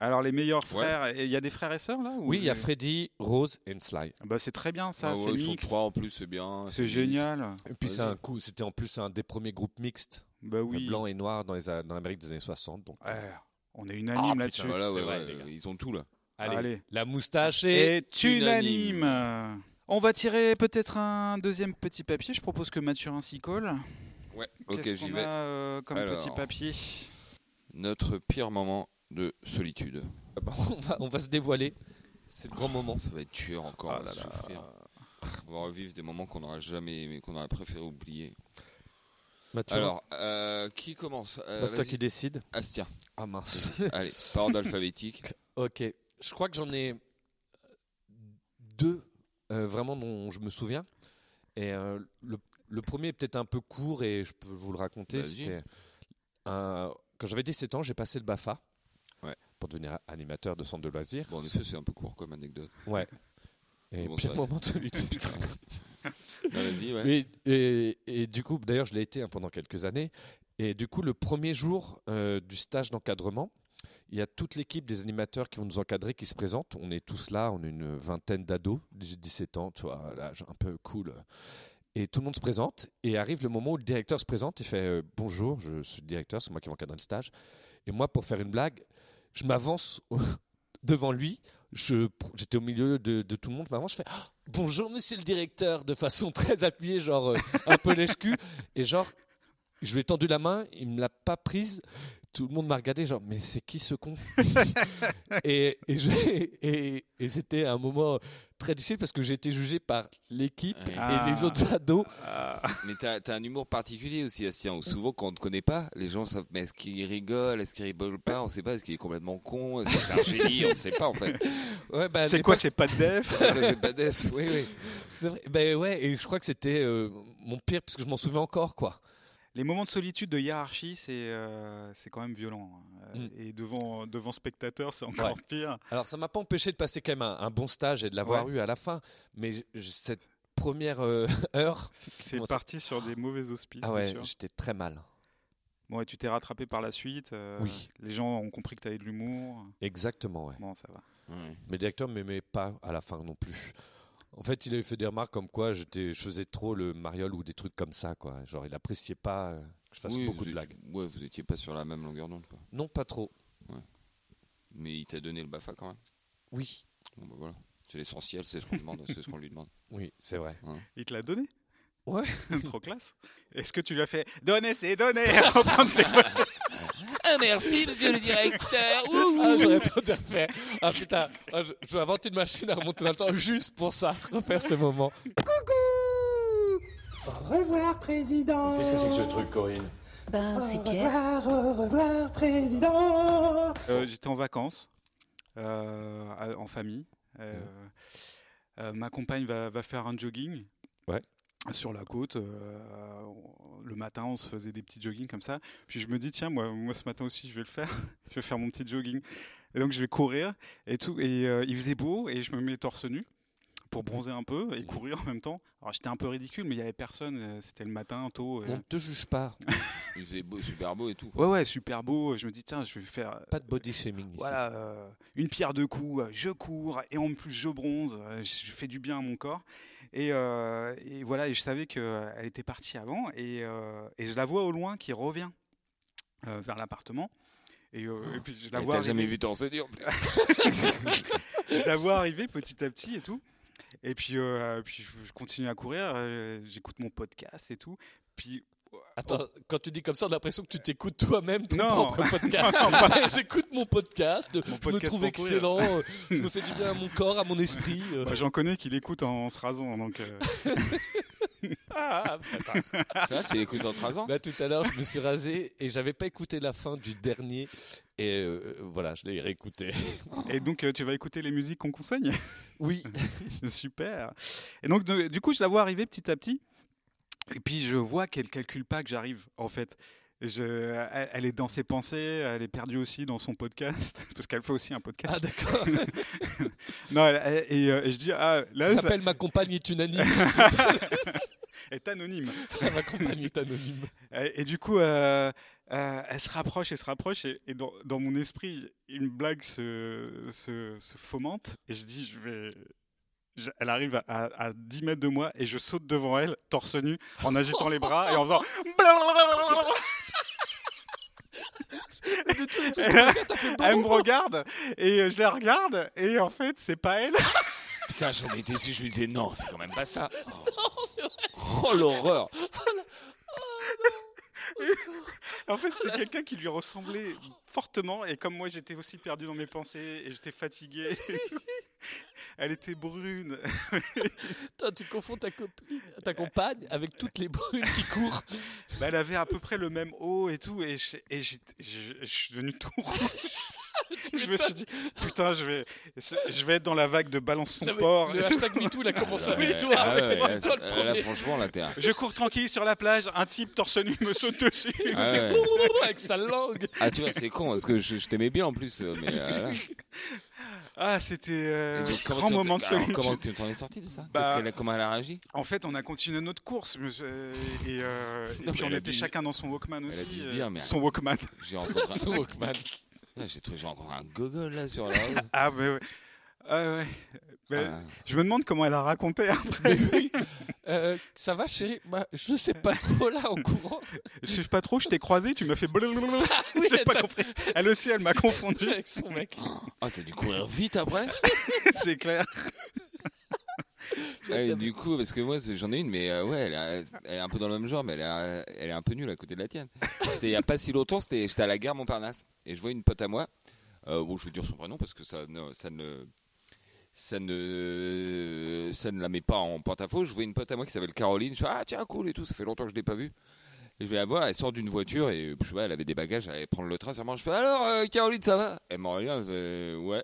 [SPEAKER 4] Alors, les meilleurs frères, et il y a des frères et sœurs là ou-
[SPEAKER 3] Oui, il y a Freddy, Rose et Sly.
[SPEAKER 4] Bah, c'est très bien ça,
[SPEAKER 5] Ah
[SPEAKER 4] c'est
[SPEAKER 5] ouais, ils sont
[SPEAKER 4] mixte.
[SPEAKER 5] trois en plus, c'est bien.
[SPEAKER 4] C'est
[SPEAKER 5] mixte.
[SPEAKER 4] génial.
[SPEAKER 3] Et puis
[SPEAKER 5] Vas-y.
[SPEAKER 3] c'est un coup, c'était en plus un des premiers groupes mixtes,
[SPEAKER 4] Bah
[SPEAKER 3] euh,
[SPEAKER 4] oui.
[SPEAKER 3] blanc et noir dans les a- dans l'Amérique des années 60. Donc,
[SPEAKER 4] Ouais, on est unanime
[SPEAKER 3] Ah,
[SPEAKER 4] là-dessus.
[SPEAKER 5] Voilà,
[SPEAKER 3] C'est
[SPEAKER 5] bah ouais,
[SPEAKER 3] vrai,
[SPEAKER 5] ouais,
[SPEAKER 3] les gars.
[SPEAKER 5] ils ont tout là.
[SPEAKER 3] allez,
[SPEAKER 4] Allez.
[SPEAKER 3] la moustache est...
[SPEAKER 4] Est unanime. On va tirer peut-être un deuxième petit papier. Je propose que Mathurin s'y colle.
[SPEAKER 5] Ouais, ok,
[SPEAKER 4] Qu'est-ce
[SPEAKER 5] j'y
[SPEAKER 4] qu'on
[SPEAKER 5] vais.
[SPEAKER 4] a euh, comme
[SPEAKER 5] Alors.
[SPEAKER 4] petit papier
[SPEAKER 5] Notre pire moment de solitude.
[SPEAKER 3] Ah bah, <laughs> on, va, on va se dévoiler. C'est le grand moment.
[SPEAKER 5] Ça va être tueur encore,
[SPEAKER 4] Ah
[SPEAKER 5] on va
[SPEAKER 4] là là.
[SPEAKER 5] souffrir. On va revivre des moments qu'on n'aura jamais aimé, qu'on aurait préféré oublier.
[SPEAKER 3] Mathieu,
[SPEAKER 5] Alors, euh, qui commence Euh,
[SPEAKER 3] bah, c'est toi
[SPEAKER 5] vas-y.
[SPEAKER 3] qui décides.
[SPEAKER 5] Astia. <laughs>
[SPEAKER 3] Ah mince.
[SPEAKER 5] Allez, par ordre alphabétique.
[SPEAKER 3] Ok, je crois que j'en ai euh, deux euh, vraiment dont je me souviens. Et euh, le, le premier est peut-être un peu court et je peux vous le raconter.
[SPEAKER 5] Vas-y.
[SPEAKER 3] C'était un- quand j'avais 17 ans, j'ai passé le BAFA
[SPEAKER 5] Ouais.
[SPEAKER 3] pour devenir a- animateur de centre de loisirs.
[SPEAKER 5] Bon, en effet, c'est un peu court
[SPEAKER 3] <laughs>
[SPEAKER 5] comme anecdote.
[SPEAKER 3] ouais. Et
[SPEAKER 5] Bon,
[SPEAKER 3] pire
[SPEAKER 5] ça- <laughs>
[SPEAKER 3] moment de celui
[SPEAKER 5] Non, bah, Vas-y, ouais.
[SPEAKER 3] et, et- et du coup, d'ailleurs, je l'ai été hein, pendant quelques années. Et du coup, le premier jour euh, du stage d'encadrement, il y a toute l'équipe des animateurs qui vont nous encadrer qui se présentent. On est tous là, on est une vingtaine d'ados, 18, 17 ans, tu vois, l'âge un peu cool. Et tout le monde se présente. Et arrive le moment où le directeur se présente et fait euh, Bonjour, je suis le directeur, c'est moi qui vais encadrer le stage. Et moi, pour faire une blague, je m'avance <laughs> devant lui. Je- J'étais au milieu de, de tout le monde, je m'avance, je fais Ah, Bonjour monsieur le directeur, de façon <laughs> très appuyée, genre euh, un peu lèche-cul. Et genre, je lui ai tendu la main, il me l'a pas prise. Tout le monde m'a regardé, genre, mais c'est qui ce
[SPEAKER 4] <laughs>
[SPEAKER 3] con Et, et, j'ai- et- et c'était un moment très difficile parce que j'ai été jugé par l'équipe
[SPEAKER 5] Euh,
[SPEAKER 3] et
[SPEAKER 4] Ah.
[SPEAKER 3] les autres ados.
[SPEAKER 5] Mais t'as t'as un humour particulier aussi, Astien. où souvent, quand on te connaît pas, les gens savent mais est-ce qu'il rigole, est-ce qu'il rigole pas, on sait pas, est-ce qu'il est complètement con, est-ce que c'est un génie, on sait pas en <laughs> fait.
[SPEAKER 3] Ouais, bah,
[SPEAKER 4] C'est
[SPEAKER 3] les
[SPEAKER 4] quoi C'est pas de def <laughs>
[SPEAKER 5] Ça, C'est pas def, oui, oui.
[SPEAKER 3] C'est vrai. Ben ouais, et je crois que c'était euh, mon pire parce que je m'en souviens encore quoi.
[SPEAKER 4] Les moments de solitude, de hiérarchie, c'est euh, c'est quand même violent. hein. Euh,
[SPEAKER 3] Mm.
[SPEAKER 4] Et devant, devant spectateurs, c'est encore
[SPEAKER 3] Ouais.
[SPEAKER 4] pire.
[SPEAKER 3] Alors ça m'a pas empêché de passer quand même un, un bon stage et de l'avoir eu à la fin, mais j- j- cette première euh, <laughs> heure,
[SPEAKER 4] C'est
[SPEAKER 3] Comment ça-
[SPEAKER 4] parti sur des mauvais auspices,
[SPEAKER 3] ah
[SPEAKER 4] c'est
[SPEAKER 3] ouais,
[SPEAKER 4] sûr.
[SPEAKER 3] j'étais très mal.
[SPEAKER 4] Bon, et tu t'es rattrapé par la suite. euh,
[SPEAKER 3] Oui.
[SPEAKER 4] Les gens ont compris que tu avais de l'humour.
[SPEAKER 3] Exactement, ouais.
[SPEAKER 4] Bon, ça va.
[SPEAKER 3] Mais le directeur m'aimait pas à la fin non plus. En fait, il avait fait des remarques comme quoi j'étais, je faisais trop le mariole ou des trucs comme ça quoi. Genre il appréciait pas euh, que je fasse
[SPEAKER 5] Oui,
[SPEAKER 3] beaucoup
[SPEAKER 5] vous
[SPEAKER 3] de
[SPEAKER 5] étiez-
[SPEAKER 3] blagues.
[SPEAKER 5] Ouais, vous étiez pas sur la même longueur d'onde, quoi.
[SPEAKER 3] Non, pas trop.
[SPEAKER 5] Mais il t'a donné le BAFA quand même.
[SPEAKER 3] Oui,
[SPEAKER 5] Bon, bah voilà. C'est l'essentiel, c'est ce qu'on demande, c'est ce qu'on lui demande.
[SPEAKER 3] oui, c'est vrai.
[SPEAKER 4] Il te l'a donné
[SPEAKER 3] Ouais.
[SPEAKER 4] <laughs> Trop classe. Est-ce que tu lui as fait Donnez, c'est donné <laughs> Reprendre ses voix.
[SPEAKER 5] Ah, merci, monsieur le directeur
[SPEAKER 3] Ah, j'aurais tout à faire. Ah putain, Ah, je, je vais inventer une machine à remonter dans le temps juste pour ça, refaire ce moment.
[SPEAKER 6] Au revoir, président. Qu'est-ce que c'est que ce truc, Corinne
[SPEAKER 2] Oh,
[SPEAKER 6] Ben, c'est Pierre. Au revoir, président.
[SPEAKER 4] Euh, J'étais en vacances, euh, à- en famille. Euh, euh, ma compagne va, va faire un jogging.
[SPEAKER 3] Ouais.
[SPEAKER 4] Sur la côte, euh, on- le matin, on se faisait des petits joggings comme ça. Puis je me dis, tiens, moi, moi ce matin aussi, je vais le faire. <laughs> je vais faire mon petit jogging. Et donc, je vais courir et tout. Et euh, il faisait beau et je me mets torse nu pour bronzer un peu et courir en même temps. Alors, j'étais un peu ridicule, mais il n'y avait personne. euh, C'était le matin, tôt. et-
[SPEAKER 3] On ne te juge pas.
[SPEAKER 5] Il faisait beau, super beau et tout.
[SPEAKER 4] Ouais, ouais, super beau. Je me dis, tiens, je vais faire
[SPEAKER 3] Pas de body shaming ici.
[SPEAKER 4] voilà, euh, une pierre deux coups, euh, je cours et en plus je bronze, euh, je fais du bien à mon corps. Et, euh, et voilà, et je savais qu'elle était partie avant et, euh, et je la vois au loin qui revient euh, vers l'appartement. Et, euh, et puis je la
[SPEAKER 5] Et
[SPEAKER 4] vois
[SPEAKER 5] T'as jamais
[SPEAKER 4] arriver,
[SPEAKER 5] vu ton dur.
[SPEAKER 4] <laughs> je la vois arriver petit à petit et tout. Et puis, euh, puis je, je continue à courir, euh, j'écoute mon podcast et tout. Puis
[SPEAKER 3] Attends, quand tu dis comme ça, on a l'impression que tu t'écoutes toi-même ton
[SPEAKER 4] Oh. Non.
[SPEAKER 3] propre
[SPEAKER 4] <laughs>
[SPEAKER 3] podcast. <laughs> J'écoute mon podcast, je me
[SPEAKER 4] podcast
[SPEAKER 3] trouve
[SPEAKER 4] pour courir.
[SPEAKER 3] excellent,
[SPEAKER 4] <laughs>
[SPEAKER 3] euh, je me fais du bien à mon corps, à mon esprit. euh.
[SPEAKER 4] bah, j'en connais qui l'écoutent en, se rasant, donc euh,
[SPEAKER 5] Ça, tu l'écoutes en 3 ans
[SPEAKER 4] ah.
[SPEAKER 3] Là, tout à l'heure, je me suis rasé et j'avais pas écouté la fin du dernier. Et euh, voilà, je l'ai
[SPEAKER 4] <laughs>
[SPEAKER 3] réécouté.
[SPEAKER 4] Et donc, euh, tu vas écouter les musiques qu'on conseille
[SPEAKER 3] Oui.
[SPEAKER 4] <laughs> Super. Et donc, de- du coup, je la vois arriver petit à petit. Et puis, je vois qu'elle calcule pas que j'arrive, en fait. Je, elle, elle est dans ses pensées, elle est perdue aussi dans son podcast, <laughs> parce qu'elle fait aussi un podcast.
[SPEAKER 3] Ah, d'accord.
[SPEAKER 4] Non, elle- elle- et, euh, et je dis, ah, <laughs> là,
[SPEAKER 3] Ça
[SPEAKER 4] ça-
[SPEAKER 3] s'appelle Ma compagne est une anime.
[SPEAKER 4] <laughs> est anonyme.
[SPEAKER 3] Ma compagne est anonyme.
[SPEAKER 4] Et, et du coup, euh, euh, elle se rapproche, elle se rapproche, et, et dans, dans mon esprit, une blague se, se, se fomente, et je dis, je vais... je- Elle arrive à, à- à 10 mètres de moi et je saute devant elle, torse nu, en agitant les bras et en faisant.
[SPEAKER 3] <laughs> De tous les trucs
[SPEAKER 4] Et
[SPEAKER 3] que
[SPEAKER 4] là,
[SPEAKER 3] t'as fait, t'as fait hein. le
[SPEAKER 4] elle
[SPEAKER 3] bon.
[SPEAKER 4] me regarde et euh, je la regarde et en fait, c'est pas elle.
[SPEAKER 5] <laughs> Putain, j'en étais sûr, je me disais non, c'est quand même pas ça. Oh l'horreur
[SPEAKER 4] En fait, c'était quelqu'un qui lui ressemblait fortement. Et comme moi, j'étais aussi perdu dans mes pensées et
[SPEAKER 5] <laughs>
[SPEAKER 4] j'étais fatigué. Elle était brune.
[SPEAKER 3] Putain, tu confonds ta, copine, ta compagne avec toutes les brunes qui courent.
[SPEAKER 4] Bah, elle avait à peu près le même haut et tout. Et je, et j'ai- je- je suis devenu tout
[SPEAKER 5] <laughs>
[SPEAKER 4] rouge. je me suis dit, putain, je vais, je vais être dans la vague de balance son
[SPEAKER 3] Non, mais
[SPEAKER 4] porc.
[SPEAKER 3] Le
[SPEAKER 4] et tout.
[SPEAKER 3] hashtag MeToo, il a
[SPEAKER 4] <laughs>
[SPEAKER 3] commencé avec
[SPEAKER 5] Ouais,
[SPEAKER 3] toi.
[SPEAKER 5] ah
[SPEAKER 3] avec-
[SPEAKER 5] ouais,
[SPEAKER 3] c'est toi le
[SPEAKER 5] là,
[SPEAKER 3] premier.
[SPEAKER 5] là, franchement, là, t'es un-
[SPEAKER 4] Je cours tranquille sur la plage. Un type torse nu me saute dessus.
[SPEAKER 5] Ah, ouais.
[SPEAKER 3] Avec
[SPEAKER 5] <laughs>
[SPEAKER 3] sa langue.
[SPEAKER 5] Ah, tu vois, c'est con, parce que je, je t'aimais bien en plus. euh, Mais, euh, là.
[SPEAKER 4] Ah, c'était euh,
[SPEAKER 5] Et donc, comment
[SPEAKER 4] grand
[SPEAKER 5] tu-
[SPEAKER 4] moment de
[SPEAKER 5] alors,
[SPEAKER 4] solitude.
[SPEAKER 5] Comment tu t'en es sorti de ça
[SPEAKER 4] Bah-
[SPEAKER 5] Qu'est-ce qu'elle a- Comment elle a réagi
[SPEAKER 4] En fait, on a continué notre course monsieur, euh, et, euh, et
[SPEAKER 5] Non,
[SPEAKER 4] puis
[SPEAKER 5] mais
[SPEAKER 4] on
[SPEAKER 5] elle a
[SPEAKER 4] était
[SPEAKER 5] dû-
[SPEAKER 4] chacun dans son Walkman aussi.
[SPEAKER 5] a dû se
[SPEAKER 4] euh,
[SPEAKER 5] dire, mais-
[SPEAKER 4] Son Walkman.
[SPEAKER 5] J'ai
[SPEAKER 4] <laughs>
[SPEAKER 5] rencontré
[SPEAKER 3] Son Walkman.
[SPEAKER 5] un... J'ai trouvé j'ai rencontré un gogol là sur la
[SPEAKER 4] <laughs>
[SPEAKER 5] route.
[SPEAKER 4] Ah, mais ouais. Ah, ouais. Mais
[SPEAKER 5] Ah.
[SPEAKER 4] Je me demande comment elle a raconté. hein.
[SPEAKER 3] Mais oui. Euh, ça va, chérie Bah, Je sais pas trop là en
[SPEAKER 5] <laughs>
[SPEAKER 3] courant.
[SPEAKER 4] Je sais pas trop, je t'ai croisé, tu m'as fait blablabla.
[SPEAKER 3] Oui,
[SPEAKER 4] J'ai pas
[SPEAKER 3] attends.
[SPEAKER 4] compris. Elle aussi, elle m'a confondu, <laughs>
[SPEAKER 3] avec son mec.
[SPEAKER 5] Ah, t'as dû courir vite après
[SPEAKER 4] c'est clair.
[SPEAKER 5] Ah, et Du coup, parce que moi c'est- j'en ai une, mais euh, ouais, elle, a- elle est un peu dans le même genre, mais elle, a- elle est un peu nulle à côté de la tienne. C'était il y a pas si longtemps, c'était- j'étais à la gare Montparnasse et je vois une pote à moi. Euh, bon, je vais dire son prénom parce que ça ne. Ça ne ça ne, ça ne la met pas en porte-à-faux. Je vois une pote à moi qui s'appelle Caroline. Je fais Ah, tiens, cool et tout. Ça fait longtemps que je ne l'ai pas vue. Et je vais la voir. Elle sort d'une voiture et je sais pas, elle avait des bagages. Elle allait prendre le train. Sûrement, je fais Alors, euh, Caroline, ça va Elle me regarde. elle fait, ouais.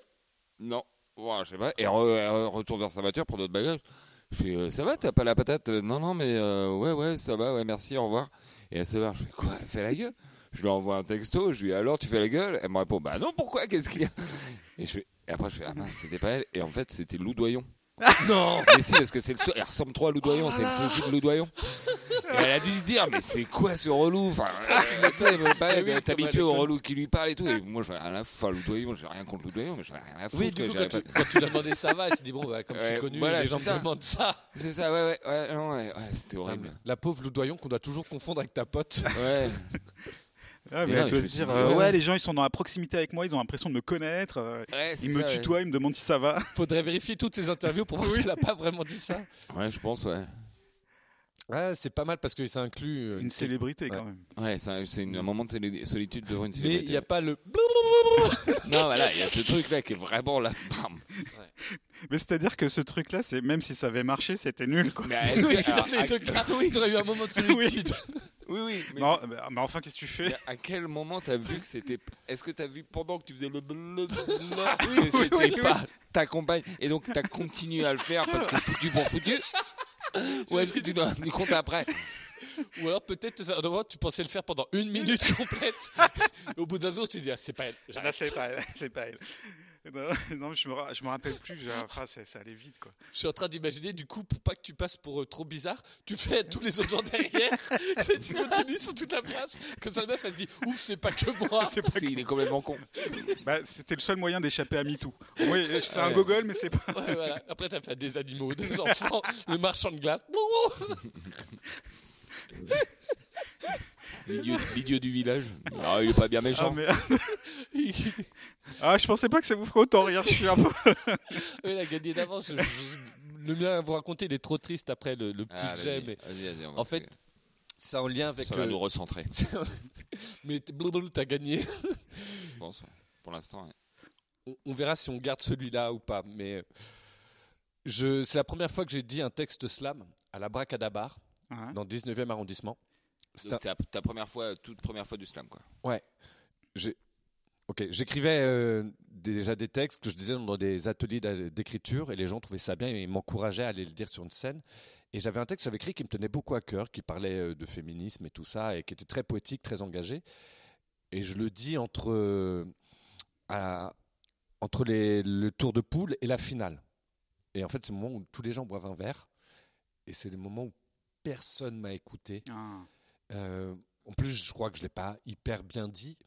[SPEAKER 5] Non. Ouais, je sais pas. Et re- elle re- retourne vers sa voiture pour d'autres bagages. Je fais euh, Ça va T'as pas la patate Euh, Non, non, mais euh, ouais, ouais, ça va. Ouais, merci, au revoir. Et elle se barre. Je fais Quoi Elle fait la gueule Je lui envoie un texto. Je lui dis Alors, tu fais la gueule Elle me répond Bah non, pourquoi Qu'est-ce qu'il y a Et je fais- et après, je fais Ah mince, c'était pas elle. Et en fait, c'était Lou Doyon. non Mais si, parce que c'est le so- elle ressemble trop à Lou Doyon. c'est le souci de Lou Doyon. Et elle a dû se dire Mais c'est quoi ce relou Enfin, euh, tu sais, elle veut pas
[SPEAKER 3] Ah oui,
[SPEAKER 5] être- être
[SPEAKER 3] comme à
[SPEAKER 5] habitué au
[SPEAKER 3] l'école.
[SPEAKER 5] relou qui lui parle et tout. Et moi, j'en ai rien à foutre. Enfin, Lou Doyon, j'ai rien contre Lou Doyon, mais j'en ai rien à foutre.
[SPEAKER 3] Oui, du
[SPEAKER 5] quoi,
[SPEAKER 3] coup,
[SPEAKER 5] j'avais
[SPEAKER 3] quand tu,
[SPEAKER 5] pas-
[SPEAKER 3] quand tu lui as demandé ça va, elle s'est dit Bon, bah, comme je
[SPEAKER 5] Ouais,
[SPEAKER 3] suis connu,
[SPEAKER 5] voilà,
[SPEAKER 3] les gens
[SPEAKER 5] c'est
[SPEAKER 3] me
[SPEAKER 5] ça.
[SPEAKER 3] demandent ça.
[SPEAKER 5] C'est ça, ouais, ouais, ouais, non, ouais, ouais, c'était horrible.
[SPEAKER 3] La pauvre Loudoyon qu'on doit toujours confondre avec ta pote.
[SPEAKER 5] <laughs> Ouais.
[SPEAKER 4] Ah,
[SPEAKER 5] mais
[SPEAKER 4] mais elle
[SPEAKER 5] non,
[SPEAKER 4] doit
[SPEAKER 5] mais
[SPEAKER 4] se
[SPEAKER 5] je me
[SPEAKER 4] dire,
[SPEAKER 5] suis dit,
[SPEAKER 4] euh,
[SPEAKER 5] ouais.
[SPEAKER 4] ouais, les gens, ils sont dans la proximité avec moi, ils ont l'impression de me connaître. euh,
[SPEAKER 5] ouais c'est
[SPEAKER 4] Ils me
[SPEAKER 5] ça, ouais.
[SPEAKER 4] tutoient, ils me demandent si ça va.
[SPEAKER 3] Faudrait vérifier toutes ces interviews pour voir si elle a pas vraiment dit ça.
[SPEAKER 5] Ouais, je pense, ouais.
[SPEAKER 3] Ouais, c'est pas mal parce que ça inclut. euh,
[SPEAKER 4] Une célébrité, quand
[SPEAKER 3] Ouais.
[SPEAKER 4] même.
[SPEAKER 5] Ouais, c'est un- c'est une- un moment de soli- solitude devant une
[SPEAKER 3] Mais il
[SPEAKER 5] célébrité.
[SPEAKER 3] n'y a pas le.
[SPEAKER 5] Non, voilà, il y a ce truc-là qui est vraiment là. Bam.
[SPEAKER 4] Mais c'est-à-dire que ce truc-là, c'est même si ça avait marché, c'était nul, quoi.
[SPEAKER 3] <laughs>
[SPEAKER 5] Mais <laughs> est-ce
[SPEAKER 3] Oui,
[SPEAKER 5] que- alors, ah,
[SPEAKER 3] les deux cas, tu aurais eu un moment de solitude.
[SPEAKER 5] Oui, oui. Mais,
[SPEAKER 4] Non, mais mais enfin, qu'est-ce que tu fais
[SPEAKER 5] mais à quel moment t'as vu que c'était. Est-ce que t'as vu pendant que tu faisais
[SPEAKER 3] <laughs>
[SPEAKER 5] le blablabla que c'était pas ta compagne et donc t'as continué à le faire parce que foutu pour foutu Ou est-ce que tu dois du
[SPEAKER 3] <laughs>
[SPEAKER 5] compte après
[SPEAKER 3] Ou alors peut-être, ça- non, tu pensais le faire pendant une minute
[SPEAKER 4] <laughs>
[SPEAKER 3] complète. Au bout d'un jour, tu dis Ah, c'est pas elle.
[SPEAKER 4] Non,
[SPEAKER 3] j'arrête.
[SPEAKER 4] c'est pas elle. C'est pas elle. Non, non, je, me ra- je me rappelle plus. je- Enfin, ça, ça allait vite, quoi.
[SPEAKER 3] Je suis en train d'imaginer, du coup, pour pas que tu passes pour euh, trop bizarre, tu fais à tous les autres gens
[SPEAKER 4] <laughs>
[SPEAKER 3] derrière. C'est- tu continues sur toute la plage. Que ça, le meuf, elle se dit Ouf, c'est pas que moi.
[SPEAKER 4] <laughs> C'est pas
[SPEAKER 5] Si, Il est complètement con.
[SPEAKER 4] Bah, c'était le seul moyen d'échapper à MeToo. Oui,
[SPEAKER 5] <laughs>
[SPEAKER 4] c'est un
[SPEAKER 5] Ouais.
[SPEAKER 4] gogol, mais c'est pas.
[SPEAKER 3] Ouais, voilà. Après, t'as fait à des animaux, des enfants, le marchand de
[SPEAKER 4] <laughs>
[SPEAKER 3] glace.
[SPEAKER 5] L'idiot l'idiot du village. Non, il est pas bien
[SPEAKER 4] Ah,
[SPEAKER 5] méchant.
[SPEAKER 4] mais- ah, je pensais pas que ça vous ferait autant rire. Je suis un peu.
[SPEAKER 3] Oui, il a gagné d'avance. Je- je- Le mien à vous raconter, il est trop triste après le, le petit
[SPEAKER 5] Ah,
[SPEAKER 3] que
[SPEAKER 5] vas-y,
[SPEAKER 3] j'aime.
[SPEAKER 5] vas-y, vas-y, on va
[SPEAKER 3] En
[SPEAKER 5] se-
[SPEAKER 3] fait, c'est en lien avec.
[SPEAKER 5] ça va
[SPEAKER 3] euh, <laughs>
[SPEAKER 5] nous recentrer,
[SPEAKER 3] Mais t- blablabla, t'as gagné.
[SPEAKER 5] je pense. ouais. Pour l'instant, hein. ouais.
[SPEAKER 3] On, on verra si on garde celui-là ou pas. Mais euh, je, c'est la première fois que j'ai dit un texte slam à la bracadabar.
[SPEAKER 4] Ouais.
[SPEAKER 3] dans le 19e arrondissement. C'est
[SPEAKER 5] Donc,
[SPEAKER 3] un-
[SPEAKER 5] C'est ta- ta première fois, toute première fois du slam, quoi.
[SPEAKER 3] Ok, j'écrivais euh, déjà des textes que je disais dans des ateliers d'a- d'écriture et les gens trouvaient ça bien et ils m'encourageaient à aller le dire sur une scène. Et j'avais un texte que j'avais écrit qui me tenait beaucoup à cœur, qui parlait euh, de féminisme et tout ça et qui était très poétique, très engagé. Et je le dis entre, euh, à- entre les- le tour de poule et la finale. Et en fait, c'est le moment où tous les gens boivent un verre et c'est le moment où personne m'a écouté.
[SPEAKER 4] Ah.
[SPEAKER 3] Euh, en plus, je crois que je l'ai pas hyper bien dit.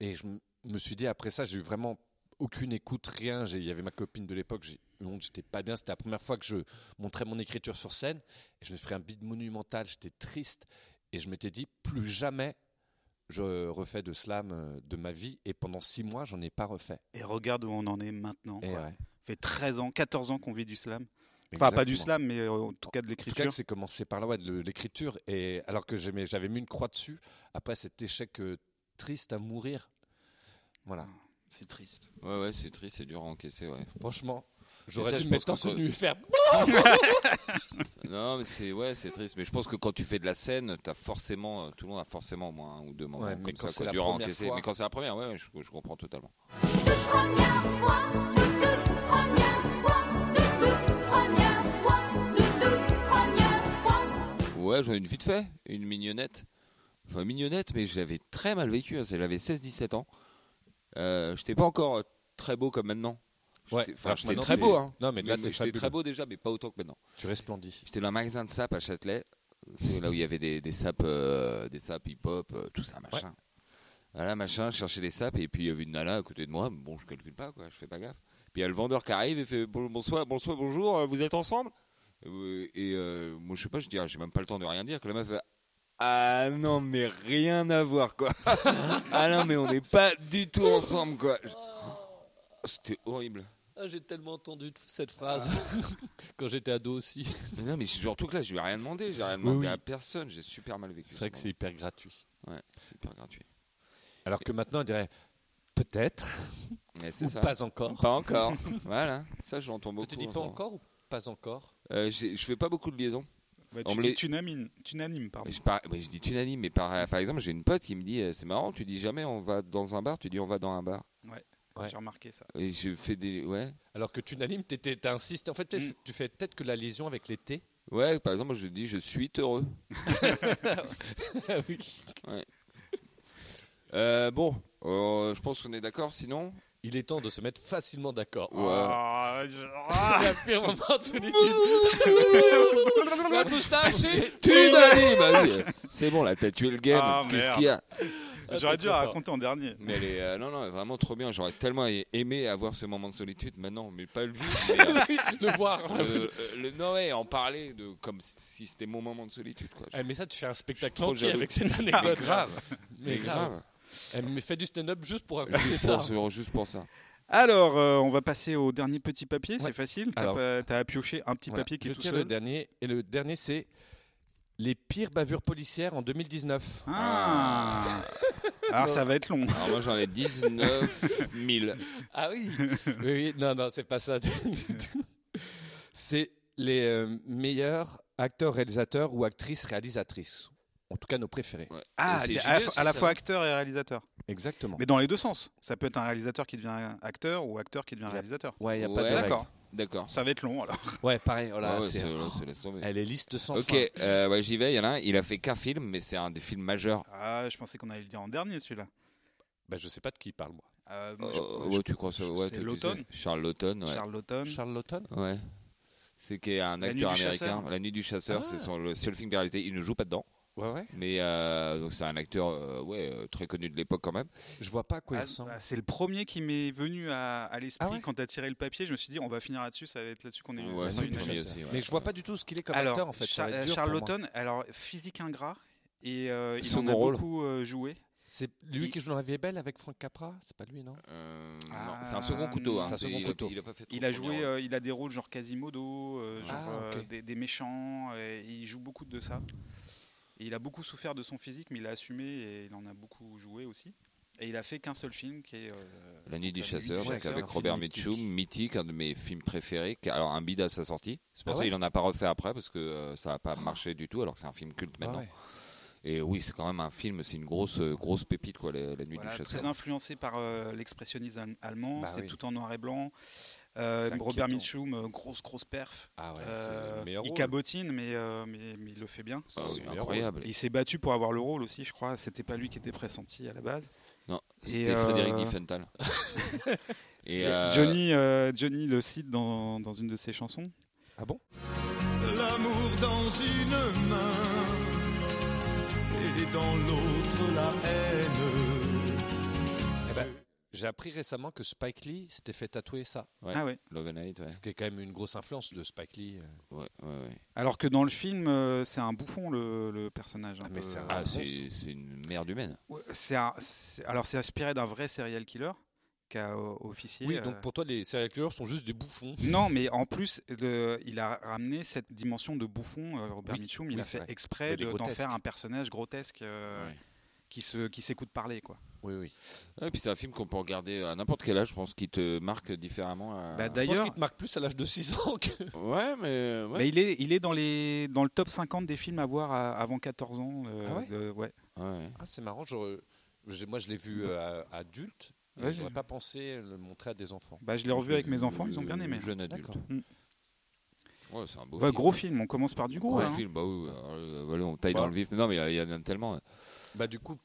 [SPEAKER 3] Et je m- me suis dit, après ça, j'ai eu vraiment aucune écoute, rien. J'ai- Il y avait ma copine de l'époque, j'ai eu honte, j'étais pas bien. C'était la première fois que je montrais mon écriture sur scène. Et je me suis pris un bide monumental, j'étais triste. Et je m'étais dit, plus jamais je refais de slam euh, de ma vie. Et pendant six mois, j'en ai pas refait.
[SPEAKER 4] Et regarde où on en est maintenant.
[SPEAKER 3] Et
[SPEAKER 4] quoi.
[SPEAKER 3] ouais.
[SPEAKER 4] Ça fait 13 ans, 14 ans qu'on vit du slam. Enfin, pas du
[SPEAKER 3] Exactement.
[SPEAKER 4] slam, mais euh, en tout cas de
[SPEAKER 3] En tout cas,
[SPEAKER 4] l'écriture.
[SPEAKER 3] que c'est commencé par là, ouais, de l'écriture. Et alors que j'aimais- j'avais mis une croix dessus, après cet échec euh, triste à mourir. Voilà.
[SPEAKER 4] C'est triste.
[SPEAKER 5] Ouais, ouais, c'est triste, c'est dur à encaisser, ouais.
[SPEAKER 3] Franchement,
[SPEAKER 5] ça,
[SPEAKER 3] j'aurais dû
[SPEAKER 5] je
[SPEAKER 3] me
[SPEAKER 5] pense
[SPEAKER 3] mettre en
[SPEAKER 5] qu'on peut-
[SPEAKER 3] tenue et faire.
[SPEAKER 5] Non, mais c'est ouais, c'est triste. Mais je pense que quand tu fais de la scène, t'as forcément, euh, tout le monde a forcément au moins un ou deux moments
[SPEAKER 3] Ouais, mais
[SPEAKER 5] comme
[SPEAKER 3] quand
[SPEAKER 5] ça,
[SPEAKER 3] c'est
[SPEAKER 5] quoi,
[SPEAKER 3] la
[SPEAKER 5] dur à
[SPEAKER 3] première
[SPEAKER 5] encaisser.
[SPEAKER 3] fois-
[SPEAKER 5] Mais quand c'est la première, ouais, ouais, je, je comprends totalement.
[SPEAKER 7] De première fois, de toute première fois, de toute première fois, de toute première fois.
[SPEAKER 5] Ouais, j'en ai une vite fait, une mignonnette. Enfin, mignonnette, mais je l'avais très mal vécu. hein. C'est- J'avais 16-17 ans. Euh, j'étais pas encore euh, très beau comme maintenant.
[SPEAKER 3] <laughs> Ouais,
[SPEAKER 5] J'étais- enfin,
[SPEAKER 3] alors
[SPEAKER 5] j'étais
[SPEAKER 3] maintenant,
[SPEAKER 5] très
[SPEAKER 3] t'es-
[SPEAKER 5] beau, hein.
[SPEAKER 3] Non, mais là, t'es
[SPEAKER 5] Mais- mais j'étais
[SPEAKER 3] fabuleux.
[SPEAKER 5] très beau déjà, mais pas autant que maintenant.
[SPEAKER 3] Tu resplendis.
[SPEAKER 5] J'étais dans un magasin de sapes à Châtelet. C'est là où il y avait des, des sapes, euh, des sapes hip-hop, euh, tout ça, machin. Voilà, machin, je cherchais les sapes et puis il y avait une nana à côté de moi. Bon, je calcule pas, quoi, je fais pas gaffe. Puis il y a le vendeur qui arrive et fait bon- bonsoir, bonsoir, bonjour, euh, vous êtes ensemble Euh, Et euh, moi, je sais pas, je dis, ah, j'ai même pas le temps de rien dire. Que la meuf fait Ah non, mais rien à voir, quoi. <laughs> ah non, mais on n'est pas du tout ensemble, quoi. Je- C'était horrible.
[SPEAKER 3] Ah, J'ai tellement entendu cette phrase <laughs> quand j'étais ado aussi.
[SPEAKER 5] Mais non, mais surtout que là, je lui ai rien demandé, j'ai rien
[SPEAKER 3] Oui,
[SPEAKER 5] demandé
[SPEAKER 3] oui.
[SPEAKER 5] à personne, j'ai super mal vécu.
[SPEAKER 3] C'est vrai que
[SPEAKER 5] ce
[SPEAKER 3] c'est hyper gratuit.
[SPEAKER 5] C'est hyper gratuit.
[SPEAKER 3] Alors que maintenant, on dirait peut-être ou
[SPEAKER 5] Mais c'est <laughs> ça.
[SPEAKER 3] pas hein. encore.
[SPEAKER 5] Pas encore. voilà, ça je l'entends
[SPEAKER 3] Tu
[SPEAKER 5] beaucoup.
[SPEAKER 3] te dis pas
[SPEAKER 5] en ce moment.
[SPEAKER 3] encore ou pas encore
[SPEAKER 5] Euh, j'ai- Je fais pas beaucoup de liaisons.
[SPEAKER 4] Bah,
[SPEAKER 5] On
[SPEAKER 4] tu
[SPEAKER 5] me
[SPEAKER 4] dis
[SPEAKER 5] l'est-
[SPEAKER 4] tunamine- tunanime,
[SPEAKER 3] Ah
[SPEAKER 4] pardon.
[SPEAKER 5] Je, par- ouais, je dis unanime, mais par, par exemple, j'ai une pote qui me dit euh, C'est marrant, tu dis jamais on va dans un bar, tu dis on va dans un bar.
[SPEAKER 3] Ouais.
[SPEAKER 4] J'ai remarqué ça.
[SPEAKER 5] Et je fais des. Ouais.
[SPEAKER 3] Alors que tu n'animes, t'es- t'es- t'insistes. En fait, peut-être- tu fais peut-être que la lésion avec <laughs> l'été.
[SPEAKER 5] Ouais, par exemple, je dis je suis heureux.
[SPEAKER 3] Ah Oui.
[SPEAKER 5] Euh, bon, euh, je pense qu'on est d'accord, sinon.
[SPEAKER 3] Il est temps de se mettre facilement d'accord.
[SPEAKER 5] Ouais.
[SPEAKER 4] Ah,
[SPEAKER 3] <laughs>
[SPEAKER 4] je- <laughs> ah
[SPEAKER 3] La pire moment de
[SPEAKER 4] <laughs>
[SPEAKER 3] solitude. La moustache est-
[SPEAKER 5] Unanime
[SPEAKER 3] bah
[SPEAKER 5] Ah oui, euh, <laughs> C'est bon, là, t'as tué le game.
[SPEAKER 4] Ah,
[SPEAKER 5] Qu'est-ce
[SPEAKER 4] merde.
[SPEAKER 5] qu'il y a
[SPEAKER 4] J'aurais dû
[SPEAKER 3] trop
[SPEAKER 4] la
[SPEAKER 3] fort.
[SPEAKER 4] raconter en dernier.
[SPEAKER 5] Mais elle est, euh, non, non, vraiment trop bien. J'aurais tellement aimé avoir ce moment de solitude maintenant, mais pas le vivre. mais, euh,
[SPEAKER 3] <laughs> Le voir.
[SPEAKER 4] Ah,
[SPEAKER 5] le, euh, le- non, ouais, en parler de, comme si c'était mon moment de solitude. Quoi.
[SPEAKER 3] Eh, mais ça, tu fais un spectacle
[SPEAKER 5] Je suis trop
[SPEAKER 3] entier
[SPEAKER 5] jaloux.
[SPEAKER 3] avec
[SPEAKER 4] Ah,
[SPEAKER 3] cette anecdote.
[SPEAKER 5] Mais grave.
[SPEAKER 3] Ah, Mais grave. Eh, mais fais du stand-up juste pour raconter
[SPEAKER 5] Juste,
[SPEAKER 3] ça.
[SPEAKER 5] pour, sur- juste pour ça.
[SPEAKER 4] Alors, euh, on va passer au dernier petit papier, c'est
[SPEAKER 3] Ouais.
[SPEAKER 4] facile. T'as
[SPEAKER 3] Alors-
[SPEAKER 4] pas- t'as à piocher un petit
[SPEAKER 3] Voilà.
[SPEAKER 4] papier qui
[SPEAKER 3] Je
[SPEAKER 4] est tout
[SPEAKER 3] tiens
[SPEAKER 4] seul.
[SPEAKER 3] le dernier. Et le dernier, c'est les pires bavures policières en 2019. <laughs>
[SPEAKER 4] Ah. Alors, ça va être long.
[SPEAKER 5] Alors moi j'en ai 19 000.
[SPEAKER 3] Ah oui <laughs> Oui, oui. Non, non, c'est pas ça. <laughs> c'est les euh, meilleurs acteurs, réalisateurs ou actrices, réalisatrices. En tout cas, nos préférés.
[SPEAKER 5] Ouais.
[SPEAKER 4] Ah,
[SPEAKER 5] Et c'est
[SPEAKER 4] à,
[SPEAKER 5] génial,
[SPEAKER 4] la-
[SPEAKER 5] c'est
[SPEAKER 4] à la
[SPEAKER 5] ça.
[SPEAKER 4] fois acteur et réalisateur.
[SPEAKER 3] Exactement.
[SPEAKER 4] Mais dans les deux sens. Ça peut être un réalisateur qui devient acteur ou acteur qui devient
[SPEAKER 3] Yep.
[SPEAKER 4] réalisateur.
[SPEAKER 3] Ouais, il a pas
[SPEAKER 5] Ouais.
[SPEAKER 3] de règle.
[SPEAKER 4] D'accord.
[SPEAKER 5] D'accord.
[SPEAKER 4] Ça va être long alors.
[SPEAKER 3] Ouais, pareil. oh là,
[SPEAKER 5] Ah ouais,
[SPEAKER 3] c'est-
[SPEAKER 5] c'est- là, c'est- laisse tomber.
[SPEAKER 3] Elle est liste sans
[SPEAKER 5] Ok,
[SPEAKER 3] fin.
[SPEAKER 5] euh, ouais, j'y vais. Il y en a un, il a fait qu'un film, mais c'est un des films majeurs.
[SPEAKER 4] Ah, je pensais qu'on allait le dire en dernier celui-là.
[SPEAKER 3] Bah, je sais pas de qui il parle, moi.
[SPEAKER 4] Euh,
[SPEAKER 5] Euh,
[SPEAKER 4] je- je-
[SPEAKER 5] ouais, tu crois ça ouais,
[SPEAKER 4] c'est
[SPEAKER 5] toi, tu
[SPEAKER 4] l'automne.
[SPEAKER 5] sais. Charles Laughton, ouais.
[SPEAKER 4] Charles Laughton.
[SPEAKER 3] Charles Laughton
[SPEAKER 5] Ouais. C'est qui est un
[SPEAKER 4] La
[SPEAKER 5] acteur
[SPEAKER 4] Nuit du
[SPEAKER 5] américain.
[SPEAKER 4] Chasseur.
[SPEAKER 5] La Nuit du Chasseur,
[SPEAKER 3] Ah.
[SPEAKER 5] c'est son, le seul film réalisé. Il ne joue pas dedans.
[SPEAKER 3] Ouais, ouais.
[SPEAKER 5] Mais euh, donc c'est un acteur euh, ouais, euh, très connu de l'époque quand même.
[SPEAKER 3] Je vois pas à quoi
[SPEAKER 4] Ah,
[SPEAKER 3] il ressemble.
[SPEAKER 4] bah, c'est le premier qui m'est venu à, à l'esprit
[SPEAKER 3] Ah ouais
[SPEAKER 4] quand t'as tiré le papier. Je me suis dit, on va finir là-dessus, ça va être là-dessus qu'on est.
[SPEAKER 5] Ouais,
[SPEAKER 4] c'est
[SPEAKER 5] c'est
[SPEAKER 4] une
[SPEAKER 5] le premier
[SPEAKER 4] chose.
[SPEAKER 5] aussi, ouais.
[SPEAKER 3] Mais je vois pas du tout ce qu'il est comme
[SPEAKER 4] alors,
[SPEAKER 3] acteur en fait. Ça
[SPEAKER 4] Char-
[SPEAKER 3] va être dur
[SPEAKER 4] Charles
[SPEAKER 3] pour moi.
[SPEAKER 4] Laughton, alors physique ingrat, et euh, il en
[SPEAKER 5] Second
[SPEAKER 4] a
[SPEAKER 5] rôle.
[SPEAKER 4] beaucoup euh, joué.
[SPEAKER 3] C'est lui
[SPEAKER 4] Il-
[SPEAKER 3] qui joue dans La Vie est Belle avec Franck Capra C'est pas lui, non
[SPEAKER 5] Euh,
[SPEAKER 4] Ah,
[SPEAKER 5] non, c'est un second couteau. Hein.
[SPEAKER 3] c'est un second
[SPEAKER 5] il a-
[SPEAKER 3] couteau.
[SPEAKER 5] Il a, pas fait trop
[SPEAKER 4] Il a
[SPEAKER 5] de premier
[SPEAKER 4] joué,
[SPEAKER 5] rôle.
[SPEAKER 4] euh, il a des rôles genre Quasimodo, euh, genre
[SPEAKER 3] Ah,
[SPEAKER 4] euh,
[SPEAKER 3] ok.
[SPEAKER 4] des, des méchants, euh, il joue beaucoup de ça. Et il a beaucoup souffert de son physique, mais il a assumé et il en a beaucoup joué aussi. Et il a fait qu'un seul film qui est. euh,
[SPEAKER 5] La nuit du
[SPEAKER 4] La Nuit
[SPEAKER 5] chasseur,
[SPEAKER 4] du
[SPEAKER 5] donc
[SPEAKER 4] Chasseur,
[SPEAKER 5] avec
[SPEAKER 4] un film
[SPEAKER 5] Robert
[SPEAKER 4] mythique.
[SPEAKER 5] Mitchum, mythique, un de mes films préférés. qui- Alors un bide à sa sortie. C'est pour
[SPEAKER 3] Ah
[SPEAKER 5] ça
[SPEAKER 3] ouais
[SPEAKER 5] qu'il en a pas refait après parce que euh, ça n'a pas marché du tout. Alors que c'est un film
[SPEAKER 3] Ah
[SPEAKER 5] culte maintenant. Et oui, c'est quand même un film, c'est une grosse euh, grosse pépite quoi, la, La nuit
[SPEAKER 4] Voilà,
[SPEAKER 5] du
[SPEAKER 4] très
[SPEAKER 5] chasseur. Ah
[SPEAKER 4] influencé par euh, l'expressionnisme allem- allemand,
[SPEAKER 3] Bah
[SPEAKER 4] c'est
[SPEAKER 3] oui.
[SPEAKER 4] tout en noir et blanc. Euh,
[SPEAKER 3] C'est
[SPEAKER 4] Robert
[SPEAKER 3] inquiétant.
[SPEAKER 4] Mitchum, euh, grosse grosse perf.
[SPEAKER 3] Ah ouais, c'est
[SPEAKER 4] Euh,
[SPEAKER 3] le meilleur
[SPEAKER 4] il
[SPEAKER 3] rôle.
[SPEAKER 4] cabotine, mais, euh, mais, mais il le fait bien.
[SPEAKER 5] Ah oui,
[SPEAKER 3] C'est le meilleur
[SPEAKER 5] incroyable.
[SPEAKER 4] Il s'est battu pour avoir le rôle aussi, je crois. C'était pas lui qui était pressenti à la base.
[SPEAKER 5] Non,
[SPEAKER 4] Et,
[SPEAKER 5] c'était
[SPEAKER 4] euh,
[SPEAKER 5] Frédéric Diffenthal. Et, euh,
[SPEAKER 4] Johnny, euh, Johnny le cite dans, dans une de ses chansons.
[SPEAKER 3] rôle. Ah bon
[SPEAKER 9] L'amour dans une main et dans l'autre la haine.
[SPEAKER 3] Eh ben,
[SPEAKER 4] Euh,
[SPEAKER 3] J'ai appris récemment que Spike Lee s'était fait tatouer ça.
[SPEAKER 5] Ouais.
[SPEAKER 4] Ah ouais.
[SPEAKER 5] Love and Hate, ouais.
[SPEAKER 3] Ce qui est quand même une grosse influence de Spike Lee. euh.
[SPEAKER 5] Ouais, ouais, ouais.
[SPEAKER 4] Alors que dans le film, euh, c'est un bouffon le, le personnage. un
[SPEAKER 3] Ah, mais
[SPEAKER 4] peu.
[SPEAKER 3] c'est un-
[SPEAKER 5] Ah, c'est
[SPEAKER 3] monstre.
[SPEAKER 5] c'est une merde humaine.
[SPEAKER 4] Ouais, c'est un- c'est- alors c'est inspiré d'un vrai serial killer qu'a euh, officier.
[SPEAKER 3] Oui,
[SPEAKER 4] euh,
[SPEAKER 3] donc pour toi, les serial killers sont juste des bouffons.
[SPEAKER 4] Non, mais en plus, le- il a ramené cette dimension de bouffon, euh, Robert
[SPEAKER 3] Oui,
[SPEAKER 4] Mitchum.
[SPEAKER 3] oui,
[SPEAKER 4] Il a
[SPEAKER 3] c'est
[SPEAKER 4] fait
[SPEAKER 3] vrai.
[SPEAKER 4] exprès
[SPEAKER 3] Mais il est
[SPEAKER 4] de- d'en
[SPEAKER 3] grotesque.
[SPEAKER 4] faire un personnage grotesque euh,
[SPEAKER 5] Ouais.
[SPEAKER 4] qui se qui s'écoute parler, quoi.
[SPEAKER 3] Oui, oui.
[SPEAKER 5] Ouais, puis c'est un film qu'on peut regarder à n'importe quel âge, je pense, qui te marque différemment. à-
[SPEAKER 4] Bah,
[SPEAKER 3] Je pense
[SPEAKER 4] D'ailleurs-
[SPEAKER 3] qu'il te marque plus à l'âge de 6 ans que.
[SPEAKER 5] ouais, mais ouais.
[SPEAKER 4] Mais il est il est dans les dans le top 50 des films à voir à- avant 14 ans. euh,
[SPEAKER 3] Ah ouais
[SPEAKER 4] de- ouais.
[SPEAKER 5] Ouais.
[SPEAKER 3] Ah, c'est marrant. j'aurais- j'ai- Moi, je l'ai vu euh, à- adulte. et
[SPEAKER 4] Ouais,
[SPEAKER 3] J'aurais
[SPEAKER 4] j'ai-
[SPEAKER 3] pas pensé le montrer à des enfants.
[SPEAKER 4] Bah, je l'ai revu avec mes enfants, ils ont bien aimé. Mm.
[SPEAKER 5] Jeune adulte.
[SPEAKER 3] D'accord.
[SPEAKER 5] Euh, Ouais, c'est un beau
[SPEAKER 4] Ouais,
[SPEAKER 5] film.
[SPEAKER 4] gros film, on commence par du gros.
[SPEAKER 5] Gros
[SPEAKER 4] là, hein.
[SPEAKER 5] film, bah oui, alors, euh, voilà, on taille
[SPEAKER 3] Bah.
[SPEAKER 5] dans le vif. Non, mais il y a- il y, en a tellement.
[SPEAKER 3] Bah, du coup,